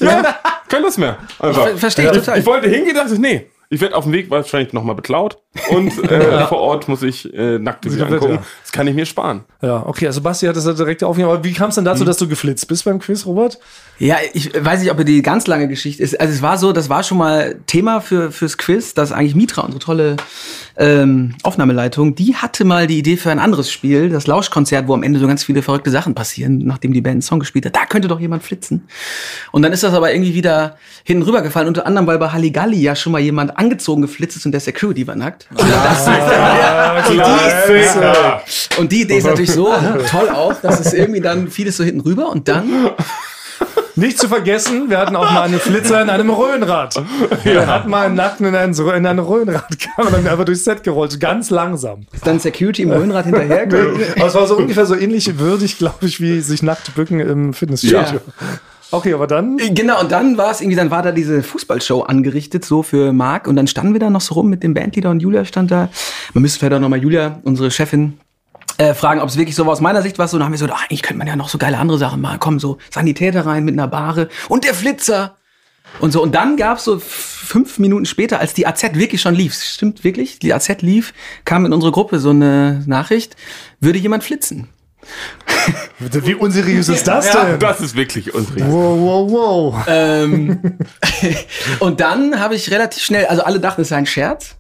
D: Ja. Keine Lust mehr. Einfach.
F: Ver- verstehe ich total.
D: Ich wollte hingehen, dachte ich, nee. Ich werde auf dem Weg wahrscheinlich nochmal beklaut und äh, vor Ort muss ich äh, nackte wieder
B: Ja, wird,
D: angucken.
B: ja.
D: Das kann ich mir sparen.
B: Ja, okay, also Basti hat das ja direkt aufgenommen. Aber wie kam es denn
D: Hm.
B: dazu, dass du geflitzt bist beim Quiz, Robert?
F: Ja, ich weiß nicht, ob ihr die ganz lange Geschichte ist. Also es war so, das war schon mal Thema für fürs Quiz, dass eigentlich Mitra, unsere tolle ähm, Aufnahmeleitung, die hatte mal die Idee für ein anderes Spiel, das Lauschkonzert, wo am Ende so ganz viele verrückte Sachen passieren, nachdem die Band einen Song gespielt hat. Da könnte doch jemand flitzen. Und dann ist das aber irgendwie wieder hinten rübergefallen, unter anderem, weil bei Halligalli ja schon mal jemand angezogen geflitzt ist und der Security war nackt.
B: Ah,
F: Und die Idee ist natürlich so toll auch, dass es irgendwie dann vieles so hinten rüber und dann
B: Nicht zu vergessen, wir hatten auch mal einen Flitzer in einem Röhrenrad. Wir hatten mal einen Nacken in einen, in einen Röhrenrad gegangen und haben einfach durchs Set gerollt, ganz langsam.
F: Ist dann Security im Röhnrad hinterher?
B: Aber es war so ungefähr so ähnlich würdig, glaube ich, wie sich nackt bücken im Fitnessstudio. Okay, aber dann
F: Genau, und dann war es irgendwie, dann war da diese Fußballshow angerichtet, so für Marc. Und dann standen wir da noch so rum mit dem Bandleader und Julia stand da. Man müsste vielleicht auch nochmal Julia, unsere Chefin, äh, fragen, ob es wirklich so war. Aus meiner Sicht war es so, dann haben wir so, ach, eigentlich könnte man ja noch so geile andere Sachen machen. Komm, so Sanitäter rein mit einer Bahre und der Flitzer. Und so, und dann gab's so f- fünf Minuten später, als die AZ wirklich schon lief, stimmt wirklich, die AZ lief, kam in unsere Gruppe so eine Nachricht, würde jemand flitzen.
B: wie unseriös ist das
D: Ja,
B: denn?
D: das ist wirklich unsere.
B: Wow, wow, wow.
F: Ähm, und dann habe ich relativ schnell, also alle dachten, es sei ein Scherz.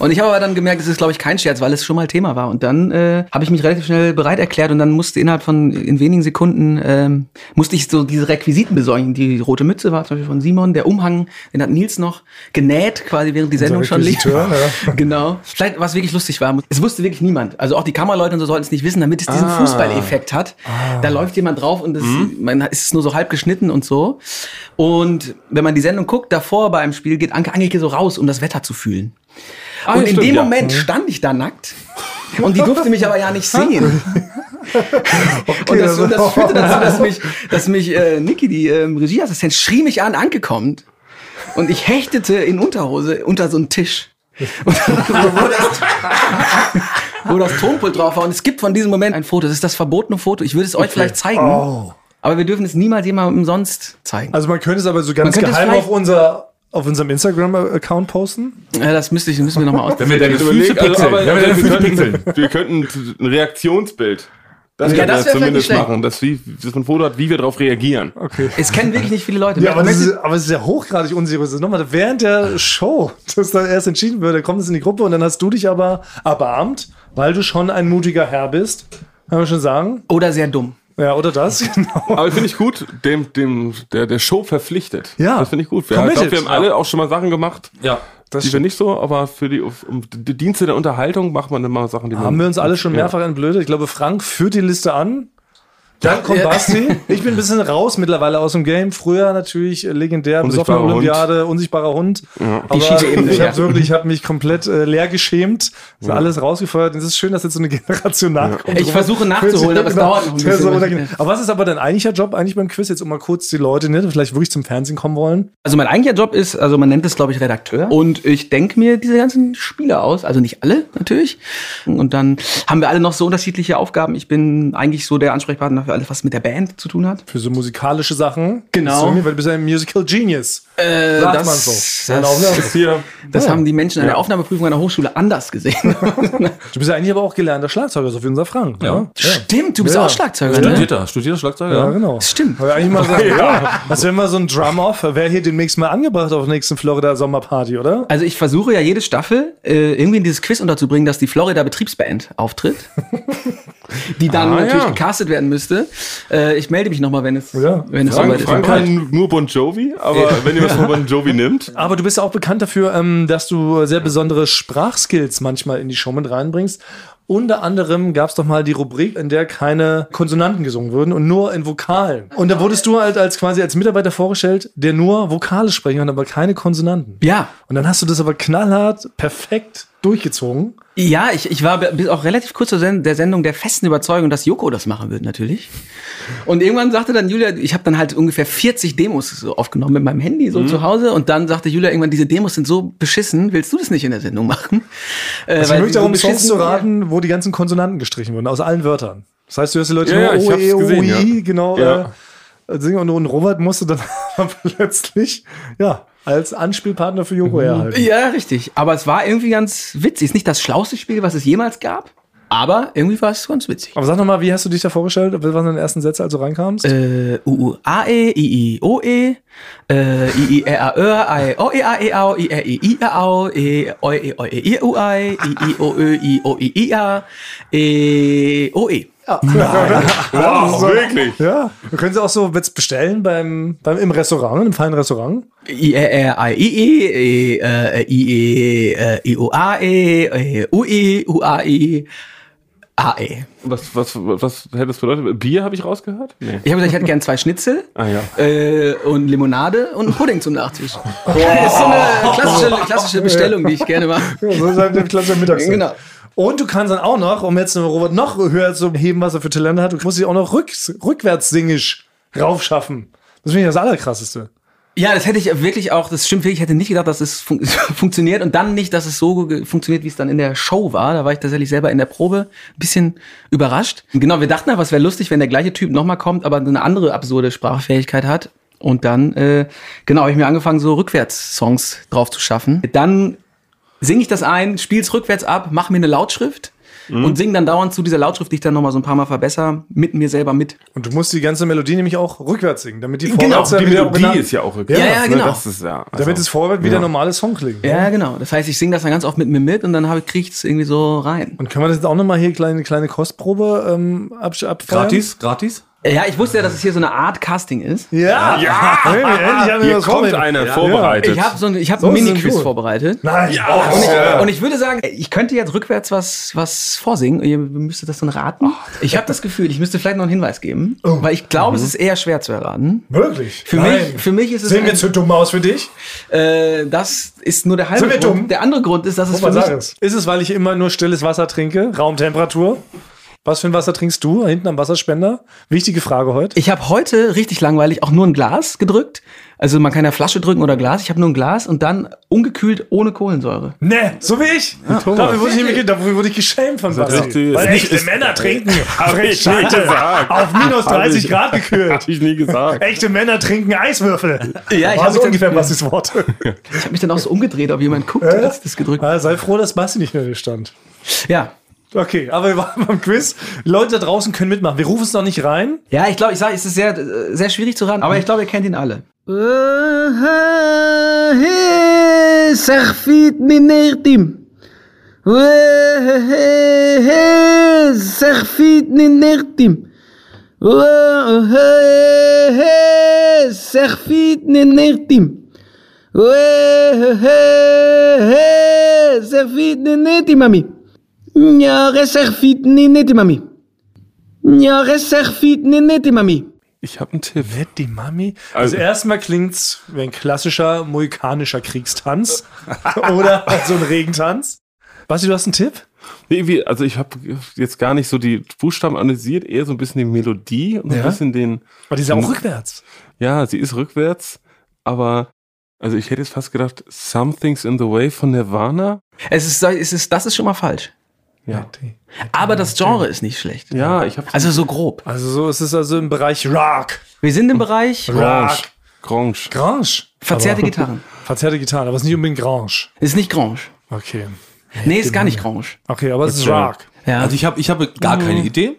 F: Und ich habe aber dann gemerkt, es ist, glaube ich, kein Scherz, weil es schon mal Thema war. Und dann äh, habe ich mich relativ schnell bereit erklärt und dann musste innerhalb von in wenigen Sekunden ähm, musste ich so diese Requisiten besorgen. Die rote Mütze war zum Beispiel von Simon, der Umhang, den hat Nils noch genäht, quasi während die Sendung schon lief.
B: Requisiteur,
F: Genau. Vielleicht, was wirklich lustig war, es wusste wirklich niemand. Also auch die Kameraleute und so sollten es nicht wissen, damit es diesen Fußballeffekt hat. Da läuft jemand drauf und das, man ist es nur so halb geschnitten und so. Und wenn man die Sendung guckt, davor bei einem Spiel geht Anke Angelke so raus, um das Wetter zu fühlen. und
B: Ah,
D: ja,
F: in
D: stimmt,
F: dem
D: ja.
F: Moment
B: Mhm.
F: stand ich da nackt. Und die durfte mich aber ja nicht sehen. und das, und das führte dazu, dass mich, dass mich äh, Niki, die ähm, Regieassistentin, schrie mich an, Anke kommt. Und ich hechtete in Unterhose unter so einen Tisch. Und wo, das, wo das Tonpult drauf war. Und es gibt von diesem Moment ein Foto. Das ist das verbotene Foto. Ich würde es euch vielleicht zeigen. Aber wir dürfen es niemals jemandem sonst zeigen.
B: Oh. Also man könnte es aber so ganz
F: könnte es
B: geheim
F: vielleicht-
B: auf, unser, auf unserem Instagram-Account posten.
F: Äh, das müsste ich, müssen wir nochmal aus.
C: Wenn wir deine Füße
D: Überleg- also,
C: pixeln.
D: aber-
C: Wenn wir
D: also,
C: deine Füße
D: wir,
C: pixeln.
D: könnten, wir könnten ein Reaktionsbild. Das
F: Ja,
D: können
F: das
D: wir
F: wär vielleicht nicht
D: zumindest
F: schlecht.
D: machen, dass, wie, dass man ein Foto hat, wie wir darauf reagieren.
F: Es kennen wirklich nicht viele Leute.
B: Ja, aber, das ist, aber es ist ja hochgradig unseriös. Das ist Nochmal, während der Show, dass dann erst entschieden wird, dann kommt es in die Gruppe und dann hast du dich aber erbarmt, weil du schon ein mutiger Herr bist. Kann man schon sagen.
F: Oder sehr dumm.
B: Ja, oder das? Genau.
D: Aber finde ich gut, dem, dem, der, der Show verpflichtet.
B: Ja.
D: Das finde ich gut. Wir, ich
B: Committed.
D: glaub, wir haben alle auch schon mal Sachen gemacht,
C: Ja.
B: Das
D: die wir nicht so, aber für die, um, die Dienste der Unterhaltung macht man immer Sachen, die man.
B: Haben wir uns alle schon mehrfach entblödet. Ich glaube, Frank führt die Liste an. Dann kommt
F: Ja.
B: Basti. Ich bin ein bisschen raus mittlerweile aus dem Game. Früher natürlich äh, legendär, besoffene
D: Unsichtbarer Hund.
B: Olympiade, unsichtbarer Hund. Aber
F: schiefe Ebene,
B: ich
F: ja.
B: habe wirklich, ich habe mich komplett äh, leer geschämt. Ist alles rausgefeuert. Und Es ist schön, dass jetzt so eine Generation nachkommt.
F: Ich versuche nachzuholen, aber es dauert noch ein
B: Genau. Das ist so
F: bisschen.
B: unangenehm. aber was ist aber dein eigentlicher Job eigentlich beim Quiz? Jetzt um mal kurz die Leute, ne, die vielleicht wirklich zum Fernsehen kommen wollen.
F: Also mein eigentlicher Job ist, also man nennt es glaube ich Redakteur. Und ich denke mir diese ganzen Spiele aus, also nicht alle natürlich. Und dann haben wir alle noch so unterschiedliche Aufgaben. Ich bin eigentlich so der Ansprechpartner für alles, was mit der Band zu tun hat.
B: Für so musikalische Sachen.
F: Genau.
B: Bist du irgendwie- Weil du bist ja ein Musical Genius.
F: Äh,
B: Sagt
F: das,
B: man so. Dann auch,
F: Das,
B: ne?
D: Ist hier,
F: das haben die Menschen an der Aufnahmeprüfung an der Hochschule anders gesehen.
B: Du bist ja eigentlich aber auch gelernter Schlagzeuger, so wie unser Frank. Ja. Ne?
F: Stimmt, du bist
B: Ja.
F: auch Schlagzeuger, ne?
C: Studierter, studierter Schlagzeuger.
B: Ja,
C: Ja.
B: genau.
F: Das stimmt.
B: Aber eigentlich mal sagen, ja. Das wäre mal so ein Drum-Off. Wäre hier demnächst mal angebracht auf der nächsten Florida Sommerparty, oder?
F: Also ich versuche ja jede Staffel äh, irgendwie in dieses Quiz unterzubringen, dass die Florida Betriebsband auftritt, die dann
D: Ah,
F: natürlich
D: ja.
F: gecastet werden müsste. Äh, ich melde mich nochmal, wenn es,
B: Ja.
F: wenn es
D: Frank,
F: soweit ist.
D: Frank kann nur Bon Jovi, aber wenn ihr was von Bon Jovi nimmt,
B: Aber du bist ja auch bekannt dafür, ähm, dass du sehr besondere Sprachskills manchmal in die Show mit reinbringst. Unter anderem gab es doch mal die Rubrik, in der keine Konsonanten gesungen wurden und nur in Vokalen. Und da wurdest du halt als quasi als Mitarbeiter vorgestellt, der nur Vokale sprechen kann, aber keine Konsonanten.
F: Ja,
B: Und dann hast du das aber knallhart perfekt durchgezogen.
F: Ja, ich, ich war be- bis auch relativ kurz zur Sen- der Sendung der festen Überzeugung, dass Joko das machen wird, natürlich. Und irgendwann sagte dann Julia, ich habe dann halt ungefähr 40 Demos so aufgenommen mit meinem Handy
B: Mhm.
F: so zu Hause und dann sagte Julia irgendwann, diese Demos sind so beschissen, willst du das nicht in der Sendung machen? Äh,
B: Es geht
F: so
B: Also darum, Songs
F: beschissen-
B: zu raten, wo die ganzen Konsonanten gestrichen wurden, aus allen Wörtern. Das heißt, du hörst die Leute
D: Ja, ja, ich
B: nur oh,
D: hab's
B: OE,
D: gesehen,
B: OI,
D: ja.
B: genau,
D: Ja.
B: äh, singen und, und Robert musste dann aber plötzlich, ja, als Anspielpartner für
D: Mhm.
B: Joko herhalten.
F: Ja, richtig. Aber es war irgendwie ganz witzig. Ist nicht das schlauste Spiel, was es jemals gab, aber irgendwie war es ganz witzig.
B: Aber sag nochmal, wie hast du dich da vorgestellt? Was waren deine ersten Sätze, als du reinkamst?
F: äh, U, U, A, E, I, I, O, E, äh, I, I, R, A, Ö, I, O, E, A, E, Au, I, R, I, I, R, Au, E, O, E, O, E, I, U, I, I, I, O, Ö, I, O, I, I, A, E, O, E.
D: wow, wirklich.
B: ja, wir können sie auch so jetzt bestellen beim, beim, im Restaurant, im feinen Restaurant.
F: I, R, R, I, I, E, E, äh, I, E, äh, I, O, A, E, E, U, E, U, A, E, Ah, ey.
D: Was, was, was hätte das bedeutet? Bier habe ich rausgehört? Nee.
F: Ich habe gesagt, ich hätte gern zwei Schnitzel
D: Ah ja.
F: äh, und Limonade und einen Pudding zum Nachtisch. Das ist so eine klassische, klassische Bestellung, die ich gerne mache.
B: Ja, so ist halt der klassische Mittagessen.
F: Genau.
B: Und du kannst dann auch noch, um jetzt Robert noch höher zu heben, was er für Talente hat, du musst dich auch noch rück, rückwärts singisch raufschaffen. Das finde ich das Allerkrasseste.
F: Ja, das hätte ich wirklich auch, das stimmt wirklich, ich hätte nicht gedacht, dass es fun funktioniert und dann nicht, dass es so ge- funktioniert, wie es dann in der Show war. Da war ich tatsächlich selber in der Probe ein bisschen überrascht. Genau, wir dachten aber, es wäre lustig, wenn der gleiche Typ nochmal kommt, aber eine andere absurde Sprachfähigkeit hat. Und dann, äh, genau, habe ich mir angefangen, so Rückwärts-Songs drauf zu schaffen. Dann singe ich das ein, spiel's rückwärts ab, mach mir eine Lautschrift und sing dann dauernd zu dieser Lautschrift, die ich dann nochmal so ein paar Mal verbessere, mit mir selber mit.
B: Und du musst die ganze Melodie nämlich auch rückwärts singen, damit die
F: Genau,
B: vorwärts
D: Die
B: wieder genau-
D: Melodie ist ja auch rückwärts.
F: Ja, ja,
D: ne?
F: genau.
D: Das ist ja. also-
B: damit es vorwärts wieder normales Song klingt.
F: Ja, genau. Das heißt, ich singe das dann ganz oft mit mir mit und dann habe- krieg ich es irgendwie so rein.
B: Und können wir das jetzt auch nochmal hier kleine kleine Kostprobe ähm, absch- abfeiern?
C: Gratis, gratis.
F: Ja, ich wusste ja, dass es hier so eine Art Casting ist.
B: Ja! Ja! Hey, endlich haben wir
D: Hier
B: was
D: kommt
B: vorbereitet.
D: einer
F: Ich
D: vorbereitet.
F: habe so ein, ich hab
B: So
F: ein
B: ist es
F: Mini-Quiz
B: gut.
F: vorbereitet.
B: Nein! Ja.
F: Und ich, und ich würde sagen, ich könnte jetzt rückwärts was, was vorsingen. Ihr müsstet das dann
B: Oh,
F: raten. Ich habe das Gefühl, ich müsste vielleicht noch einen Hinweis geben, weil ich glaube, es ist eher schwer zu erraten.
B: Wirklich?
F: Für
B: Oh. Nein.
F: mich, für mich ist es
B: Sehen wir
F: ein-
B: zu dumm aus für dich?
F: äh, das ist nur der halbe
B: Sind wir
F: Grund.
B: dumm?
F: Der andere Grund ist, dass es für
B: Was
F: mich,
B: ist es, weil ich immer nur stilles Wasser trinke? Raumtemperatur? Was für ein Wasser trinkst du hinten am Wasserspender? Wichtige Frage heute.
F: Ich habe heute richtig langweilig auch nur ein Glas gedrückt. Also man kann ja Flasche drücken oder Glas. Ich habe nur ein Glas und dann ungekühlt ohne Kohlensäure.
B: Ne, so wie ich. Dafür wurde ich, nämlich, dafür wurde ich geschämt von
D: ist die-
B: Basti. Weil
D: ist
B: echte Männer trinken Frechscheiße auf minus 30 Grad gekühlt.
D: Hab ich nie gesagt.
B: Echte Männer trinken Eiswürfel.
F: Ja, ich
B: War
F: hab
B: so
F: mich
B: ungefähr
F: dann-
B: Bastis Wort.
F: Ich habe mich dann auch so umgedreht, ob jemand guckt, als ich das gedrückt
B: Ah, Sei froh, dass Basti nicht mehr hier stand.
F: Ja.
B: Okay, aber wir waren beim Quiz. Leute da draußen können mitmachen. Wir rufen es noch nicht rein.
F: Ja, ich glaube, ich sage, es ist sehr, äh, sehr schwierig zu raten, aber ich glaube, ihr kennt ihn alle.
G: سخفيت من نغتم سخفيت من نغتم سخفيت من نغتم سخفيت من نغتم مامي نيا سخفيت من نغتم مامي نيا سخفيت من نغتم مامي
D: Ich habe einen Tipp.
B: Wird die Mami? Also,
D: Also-
B: erstmal klingt's wie ein klassischer mohikanischer Kriegstanz oder so ein Regentanz. Basti, du hast einen Tipp?
D: Nee, wie, also ich habe jetzt gar nicht so die Buchstaben analysiert, eher so ein bisschen die Melodie und
B: Ja.
D: ein bisschen den,
B: Aber die ist ja auch
D: Hm.
B: rückwärts.
D: ja, sie ist rückwärts, aber also ich hätte jetzt fast gedacht, Something's in the Way von Nirvana.
F: Es ist, es ist, das ist schon mal falsch.
D: Ja,
F: Aber das Genre ist nicht schlecht.
D: ja ich habe
F: Also so grob.
B: Also so ist es also im Bereich Rock.
F: Wir sind im Bereich
D: Ah,
B: Rock.
D: Grange.
B: Grange.
F: verzerrte
B: Aber-
F: Gitarren.
B: Verzerrte Gitarre, aber es ist nicht unbedingt Grange.
F: Ist nicht Grange.
B: Okay.
F: Nee, ist gar nicht
B: genau.
F: Grange.
B: Okay, aber es ist
D: Okay.
B: Rock.
F: Ja.
C: Also ich habe ich hab gar keine Idee.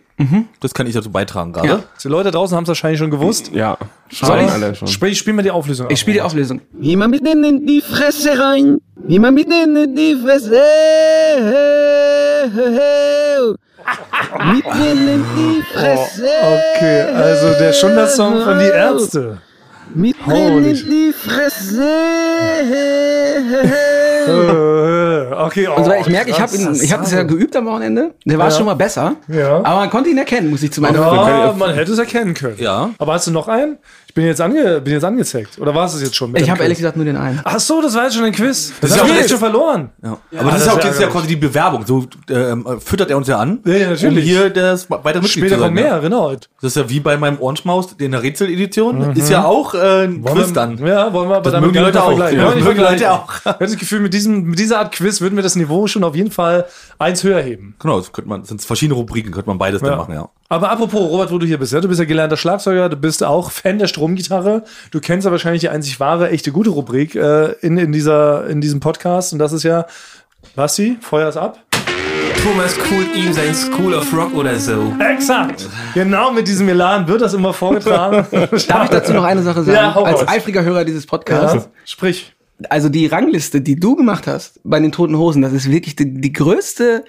C: Das kann ich dazu beitragen gerade.
F: Ja.
B: Die Leute draußen haben es wahrscheinlich schon gewusst.
D: Ja, schreiben
F: ich-
D: alle schon.
B: Sprich, spiel mal die Auflösung. ab.
F: ich spiele die Auflösung.
G: Wie man mit denen die Fresse rein. Wie man mit denen die Fresse. Mit denen die Fresse.
B: Okay, also der Schundersong von Die Ärzte.
G: Mit
B: Holy
G: denen
B: shit.
G: die Fresse.
B: Äh, okay, oh,
F: Und so, Also, ich merke, ich habe
B: krass.
F: ihn- ich hab das ja geübt am Wochenende. Der war schon mal besser.
B: Ja.
F: Aber man konnte ihn erkennen, muss ich zu meiner
B: Ja, man hätte es erkennen können.
C: Ja.
B: Aber hast du noch einen? Ich bin jetzt, ange bin jetzt angezackt. Oder war es das jetzt schon? mit
F: Ich
B: dem
F: habe
B: Quiz?
F: ehrlich gesagt nur den einen.
B: Ach so, das war jetzt schon ein Quiz. Das,
C: ist
B: haben
C: ja
B: wir
C: auch
B: jetzt schon
C: jetzt-
B: verloren.
C: Aber das,
B: das
C: ist
B: ist
C: ja auch jetzt ja
B: ärgerlich.
C: quasi die Bewerbung. So ähm, füttert er uns ja an.
B: Ja, ja, natürlich.
C: Um hier das weiter Mitglied
B: Später
C: zu sein,
B: kommt
C: ja.
B: mehr, genau.
C: Das ist ja wie bei meinem Orange-Maus in der Rätsel-Edition. Ist ja auch äh, ein
B: Wollen wir-
C: Quiz dann.
B: Ja, wollen wir aber
C: Das
B: damit
C: mögen die
B: gar nicht
C: Leute auch.
B: vergleichen.
C: Ja,
B: Wollen wir
C: das
B: nicht
C: mögen die
B: vergleichen.
C: Leute auch.
B: Ich habe das Gefühl, mit, diesem, mit dieser Art Quiz würden wir das Niveau schon auf jeden Fall eins höher heben.
C: Genau, das könnte man, das sind verschiedene Rubriken, könnte man beides dann machen, ja.
B: Aber apropos, Robert, wo du hier bist, ja, du bist ja gelernter Schlagzeuger, du bist auch Fan der Stromgitarre. Du kennst ja wahrscheinlich die einzig wahre, echte gute Rubrik äh, in, in, dieser, in diesem Podcast. Und das ist ja, Basti, Feuer ist ab.
H: Thomas Cool ihm sein School of Rock oder so.
B: Exakt! Genau mit diesem Elan wird das immer vorgetragen.
F: Darf ich dazu noch eine Sache sagen?
B: Ja, hau
F: Als
B: raus.
F: eifriger Hörer dieses Podcasts.
B: Sprich.
F: Also die Rangliste, die du gemacht hast bei den Toten Hosen, das ist wirklich die, die größte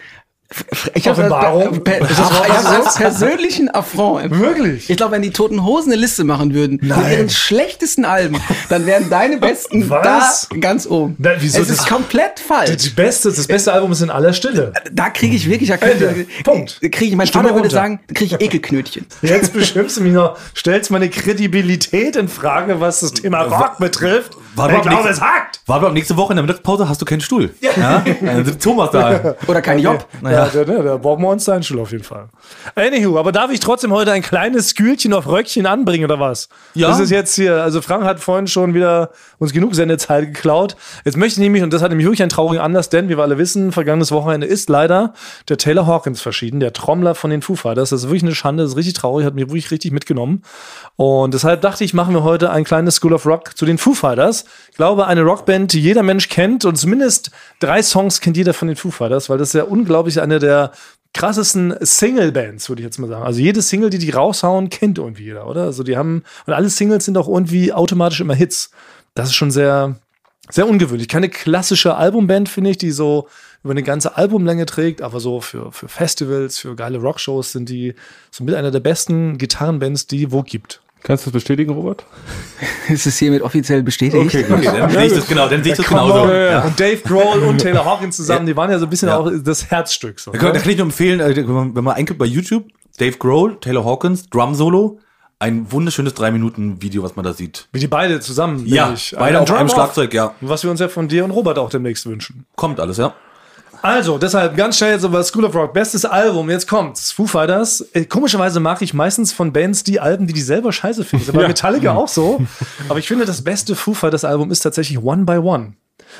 F: Ich habe
B: Offenbarung?
F: Per,
B: Ist
F: ich
B: das
F: hab's als persönlichen Affront. empfunden.
B: Wirklich?
F: Ich glaube, wenn die Toten Hosen eine Liste machen würden mit ihren schlechtesten Alben, dann wären deine besten
B: Was?
F: da ganz oben.
B: Na, wieso
F: es ist
B: das-
F: komplett falsch.
B: Die, Also die beste, das beste Album ist in aller Stille.
F: Da kriege ich wirklich, da
B: Ende.
F: kriege
B: Punkt.
F: krieg ich, mein
B: Stimme
F: Vater würde
B: runter.
F: sagen, da kriege ich Ekelknötchen.
B: Jetzt beschimpfst du mich noch, stellst meine Kredibilität in Frage, was das Thema Rock betrifft.
C: War
B: ich
C: doch
B: glaube,
C: nix.
B: es hakt.
C: War aber nächste Woche in der Mittagspause hast du keinen Stuhl. Ja. Dann sitzt Thomas da.
F: Oder kein Job.
B: Ja, da, da, da brauchen wir uns einen Schuh auf jeden Fall. Anywho, aber darf ich trotzdem heute ein kleines Skühlchen auf Röckchen anbringen oder was?
C: Ja.
B: Das ist jetzt hier, also Frank hat vorhin schon wieder uns genug Sendezeit geklaut. Jetzt möchte ich nämlich, und das hat nämlich wirklich einen traurigen Anlass, denn wie wir alle wissen, vergangenes Wochenende ist leider der Taylor Hawkins verschieden, der Trommler von den Foo Fighters. Das ist wirklich eine Schande, das ist richtig traurig, hat mich wirklich richtig mitgenommen. Und deshalb dachte ich, machen wir heute ein kleines School of Rock zu den Foo Fighters. Ich glaube, eine Rockband, die jeder Mensch kennt und zumindest drei Songs kennt jeder von den Foo Fighters, weil das ist ja unglaublich eine der krassesten Single-Bands, würde ich jetzt mal sagen. Also jede Single, die die raushauen, kennt irgendwie jeder, oder? Also die haben, und alle Singles sind auch irgendwie automatisch immer Hits. Das ist schon sehr, sehr ungewöhnlich. Keine klassische Albumband, finde ich, die so über eine ganze Albumlänge trägt, aber so für, für Festivals, für geile Rockshows sind die so mit einer der besten Gitarrenbands, die wo gibt.
D: Kannst du das bestätigen, Robert?
F: Es ist hiermit offiziell bestätigt.
C: Okay, dann sehe ich das genau, dann sehe ich das genauso.
B: Conor
C: Ja.
B: Und Dave Grohl und Taylor Hawkins zusammen, die waren ja so ein bisschen auch das Herzstück. So,
C: Da kann, da kann ich nur empfehlen, äh, wenn man, wenn man eingibt bei YouTube, Dave Grohl, Taylor Hawkins, Drum Solo, ein wunderschönes 3-Minuten-Video, was man da sieht.
B: Wie die beide zusammen.
C: Ja,
B: nämlich.
C: beide auf
B: Drum
C: einem
B: Off,
C: Schlagzeug, ja.
B: Was wir uns ja von dir und Robert auch demnächst wünschen.
C: Kommt alles, ja.
B: Also, deshalb ganz schnell jetzt über School of Rock. Bestes Album, jetzt kommt's. Foo Fighters. Äh, komischerweise mag ich meistens von Bands die Alben, die die selber scheiße finden. Das war Metallica auch so. Aber ich finde, das beste Foo Fighters Album ist tatsächlich One by One.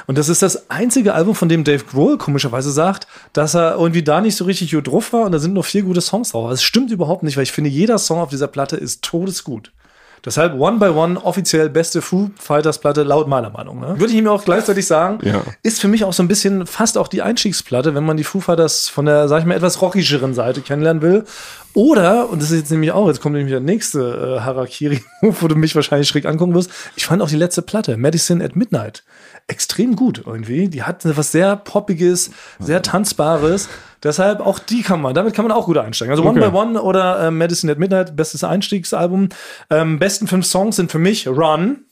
B: Und das ist das einzige Album, von dem Dave Grohl komischerweise sagt, dass er irgendwie da nicht so richtig gut drauf war und da sind nur vier gute Songs drauf. Aber Das stimmt überhaupt nicht, weil ich finde, jeder Song auf dieser Platte ist todesgut. Deshalb One by One offiziell beste Foo Fighters Platte laut meiner Meinung. Ne? Würde ich ihm auch gleichzeitig sagen,
D: Ja.
B: ist für mich auch so ein bisschen fast auch die Einstiegsplatte, wenn man die Foo Fighters von der, sag ich mal, etwas rockigeren Seite kennenlernen will. Oder, und das ist jetzt nämlich auch, jetzt kommt nämlich der nächste äh, Harakiri, wo du mich wahrscheinlich schräg angucken wirst. Ich fand auch die letzte Platte, Medicine at Midnight, extrem gut irgendwie. Die hat was sehr Poppiges, sehr Tanzbares. Deshalb auch die kann man, damit kann man auch gut einsteigen. Also One by One oder äh, Medicine at Midnight, bestes Einstiegsalbum. Ähm, besten fünf Songs sind für mich Run,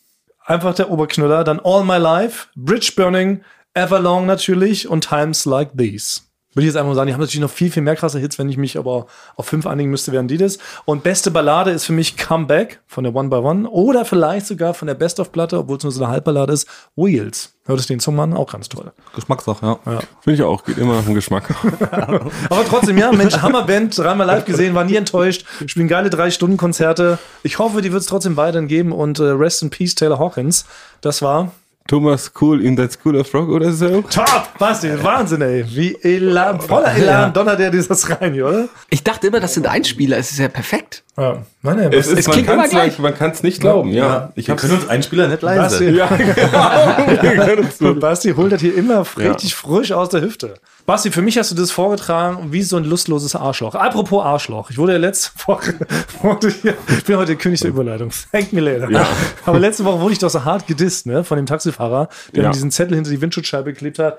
B: einfach der Oberknüller, dann All My Life, Bridge Burning, Everlong natürlich und Times Like These. Würde ich jetzt einfach mal sagen, die haben natürlich noch viel, viel mehr krasse Hits, wenn ich mich aber auf fünf einigen müsste, wären die das. Und beste Ballade ist für mich Comeback von der One by One oder vielleicht sogar von der Best-of-Platte, obwohl es nur so eine Halbballade ist, Wheels. Hört es den Song an? Auch ganz toll.
C: Geschmackssache, ja.
D: Finde ich auch, geht immer um Geschmack.
B: Aber trotzdem, ja, Mensch, Hammerband, dreimal live gesehen, war nie enttäuscht, spielen geile Drei-Stunden-Konzerte. Ich hoffe, die wird es trotzdem weiterhin geben und äh, Rest in Peace, Taylor Hawkins. Das war
D: Thomas Cool in that School of Rock oder so.
B: Top! Basti, Wahnsinn, ey. Wie Elan, voller Elan donnert er dieses rein hier, oder?
F: Ich dachte immer, das sind Einspieler. Es ist ja perfekt.
B: Ja. Nein, nein,
D: Es, ist, man
F: klingt immer
D: kann's
F: gleich.
D: nicht- man kann es nicht glauben, ja. Ich hab's,
C: uns Einspieler nicht
B: Basti,
D: genau. ja.
B: Basti holt das hier immer richtig frisch aus der Hüfte. Basti, für mich hast du das vorgetragen wie so ein lustloses Arschloch. Apropos Arschloch. Ich wurde ja letzte Woche, wurde hier, ich bin heute der König der Überleitung. Thank me later. Aber letzte Woche wurde ich doch so hart gedisst, ne, von dem Taxifahrer, der
D: Ja.
B: mir diesen Zettel hinter die Windschutzscheibe geklebt hat.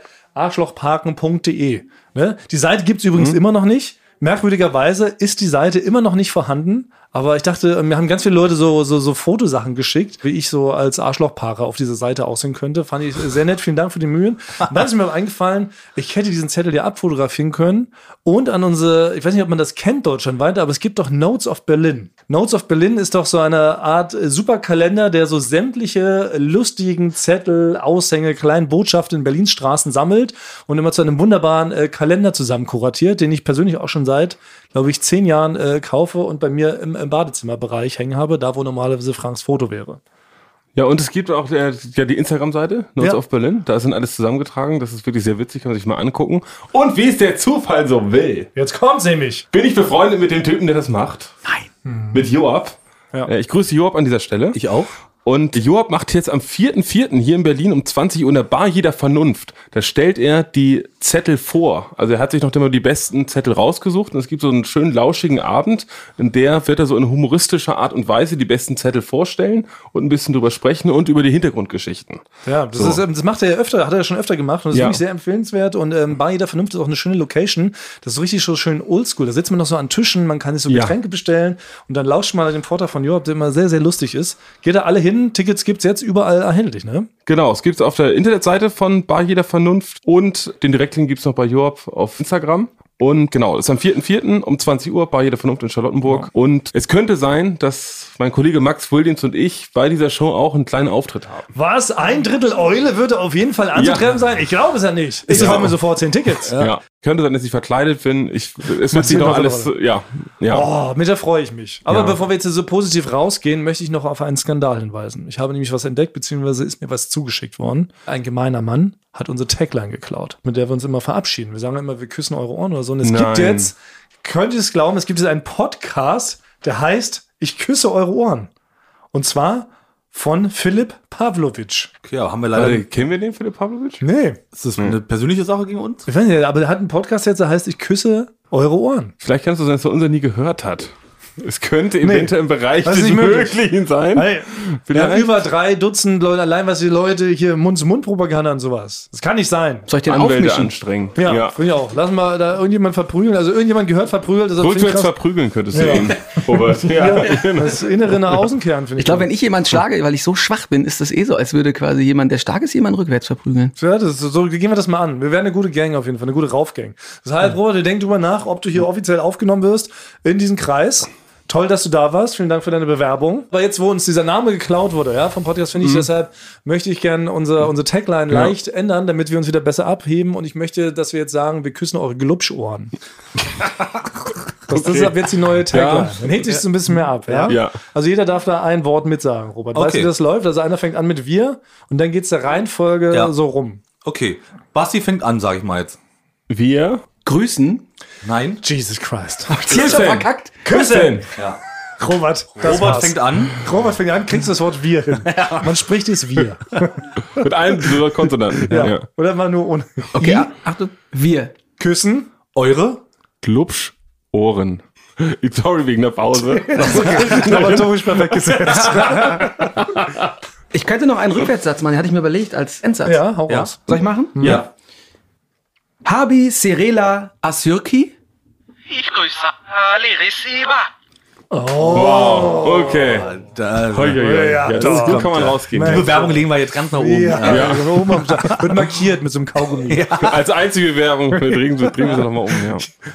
B: Arschlochparken.de. Ne? Die Seite gibt's übrigens immer noch nicht. Merkwürdigerweise ist die Seite immer noch nicht vorhanden, aber ich dachte, mir haben ganz viele Leute so, so, so Fotosachen geschickt, wie ich so als Arschlochpaare auf dieser Seite aussehen könnte. Fand ich sehr nett, vielen Dank für die Mühen. Und dann ist mir aber eingefallen, ich hätte diesen Zettel ja abfotografieren können und an unsere, ich weiß nicht, ob man das kennt deutschlandweit, aber es gibt doch Notes of Berlin. Notes of Berlin ist doch so eine Art äh, Superkalender, der so sämtliche lustigen Zettel, Aushänge, kleinen Botschaften in Berlins Straßen sammelt und immer zu einem wunderbaren äh, Kalender zusammen kuratiert, den ich persönlich auch schon seit, glaube ich, zehn Jahren äh, kaufe und bei mir im, im Badezimmerbereich hängen habe, da wo normalerweise Franks Foto wäre.
D: ja, und es gibt auch der, ja, die Instagram-Seite, Notes
B: Ja.
D: of Berlin. Da sind alles zusammengetragen. Das ist wirklich sehr witzig, kann man sich mal angucken. Und wie es der Zufall so will,
B: Jetzt kommt sie mich.
D: bin ich befreundet Hm. mit dem Typen, der das macht. Nein. Mit Joab.
B: Ja.
D: Äh, Ich grüße Joab an dieser Stelle.
C: Ich auch.
D: Und Joab macht jetzt am 4.4. hier in Berlin um 20 Uhr in der Bar jeder Vernunft. Da stellt er die Zettel vor. Also er hat sich noch immer die besten Zettel rausgesucht und es gibt so einen schönen lauschigen Abend, in der wird er so in humoristischer Art und Weise die besten Zettel vorstellen und ein bisschen drüber sprechen und über die Hintergrundgeschichten.
B: Ja, das, ist, ähm, das macht er ja öfter, hat er ja schon öfter gemacht und das
D: Ja.
B: ist wirklich sehr empfehlenswert. Und ähm, Bar jeder Vernunft ist auch eine schöne Location. Das ist richtig so schön oldschool. Da sitzt man noch so an Tischen, man kann sich so
D: Ja.
B: Getränke bestellen und dann lauscht man dem Vortrag von Joab, der immer sehr, sehr lustig ist. Geht da alle hin, Tickets gibt's jetzt überall erhältlich, ne?
D: Genau, es gibt's auf der Internetseite von Bar jeder Vernunft und den Direktlink gibt's noch bei Joab auf Instagram. Und genau, es ist am 4.4. um 20 Uhr Bar jeder Vernunft in Charlottenburg.
B: Genau.
D: Und es könnte sein, dass mein Kollege Max Williams und ich bei dieser Show auch einen kleinen Auftritt haben.
B: Was? Ein Drittel Eule würde auf jeden Fall anzutreffen sein? Ich glaube es ja nicht. Ich
D: Ja.
B: bekomme sofort zehn Tickets.
D: Ja. Könnte sein, dass ich verkleidet bin. Ich, es wird sich noch alles, ja, ja.
B: Oh, mit der freue ich mich. Aber bevor wir jetzt so positiv rausgehen, möchte ich noch auf einen Skandal hinweisen. Ich habe nämlich was entdeckt, beziehungsweise ist mir was zugeschickt worden. Ein gemeiner Mann hat unsere Tagline geklaut, mit der wir uns immer verabschieden. Wir sagen immer, wir küssen eure Ohren oder so. Und es
D: Nein.
B: gibt jetzt, könnt ihr es glauben, es gibt jetzt einen Podcast, der heißt Ich küsse eure Ohren. Und zwar von Philipp Pavlovic.
C: Ja, haben wir
D: Warte,
C: leider.
D: Also, kennen wir den, Philipp Pavlovic?
B: Nee.
C: Ist das eine persönliche Sache gegen uns?
B: Ich weiß nicht, aber der hat einen Podcast jetzt, der heißt Ich küsse eure Ohren.
D: Vielleicht kannst du sein, dass er unser nie gehört hat. Es könnte eventuell im Bereich
B: das
D: des
B: ist nicht möglich.
D: Möglichen sein.
B: Hey, wir haben
D: Vielleicht.
B: über drei Dutzend Leute, allein was die Leute hier Mund-zu-Mund-Propaganda und sowas. Das kann nicht sein.
F: Soll ich den
D: Anwälte
F: aufmischen?
D: anstrengen.
B: Ja, finde ich auch. Lass mal da irgendjemand verprügeln. Also irgendjemand gehört verprügelt. Das, ist
D: Rückwärts
B: absolut
D: verprügeln könntest du ihn, Robert. Ja.
B: krass. das Innere nach Außenkern, finde ich.
F: Ich glaube, wenn ich jemanden schlage, weil ich so schwach bin, ist das eh so, als würde quasi jemand, der stark ist, jemanden rückwärts verprügeln.
B: Ja, das ist, so- so gehen wir das mal an. Wir werden eine gute Gang auf jeden Fall, eine gute Raufgang. Das heißt, Robert, du denk drüber nach, ob du hier offiziell aufgenommen wirst in diesen Kreis. Toll, dass du da warst. Vielen Dank für deine Bewerbung. Aber jetzt, wo uns dieser Name geklaut wurde, ja, vom Podcast
D: Mhm.
B: finde ich, deshalb möchte ich gerne unser, unsere Tagline leicht ändern, damit wir uns wieder besser abheben. Und ich möchte, dass wir jetzt sagen, wir küssen eure Glubschohren. das, das ist ab jetzt die neue Tagline.
D: Ja.
B: Dann hebt sich das ein bisschen mehr ab, ja?
D: Ja.
B: Also jeder darf da ein Wort mitsagen, Robert. Weißt
C: Okay.
B: du, wie das läuft? Also einer fängt an mit wir und dann geht's der Reihenfolge
C: Ja.
B: so rum.
C: Okay. Basti fängt an, sage ich mal jetzt.
D: Wir
F: Grüßen.
C: Nein.
B: Jesus Christ.
F: Hier ist schon verkackt.
D: küssen.
C: Ja.
B: Robert, das
C: Robert
B: war's.
C: fängt an.
B: Robert fängt an, kriegst das Wort wir hin. Man spricht es wir.
D: Mit allen drei Konsonanten.
B: Ja.
D: Ja.
B: Oder mal nur ohne.
F: Okay, I, Achtung. Wir.
B: Küssen.
C: Eure.
D: Glubsch, Ohren. Sorry wegen der Pause.
B: Dramaturgisch perfekt gesetzt.
F: Ich könnte noch einen Rückwärtssatz machen, den hatte ich mir überlegt als Endsatz.
B: ja, hau
C: Ja.
B: raus.
F: Soll ich machen?
C: Ja.
F: Habi Serela Asyrki.
I: Ich grüße Ali Receiver.
D: Wow, okay.
C: Da,
D: Hoi, hoi, hoi.
B: Ja,
D: Oh, Ja, das
B: doch.
D: ist gut kann man rausgehen.
C: die Bewerbung legen wir jetzt ganz nach oben.
B: Ja, also oben am Sa- wird markiert mit so einem Kaugummi.
D: Als einzige Werbung bringen sie, bringen sie nochmal um. Ja.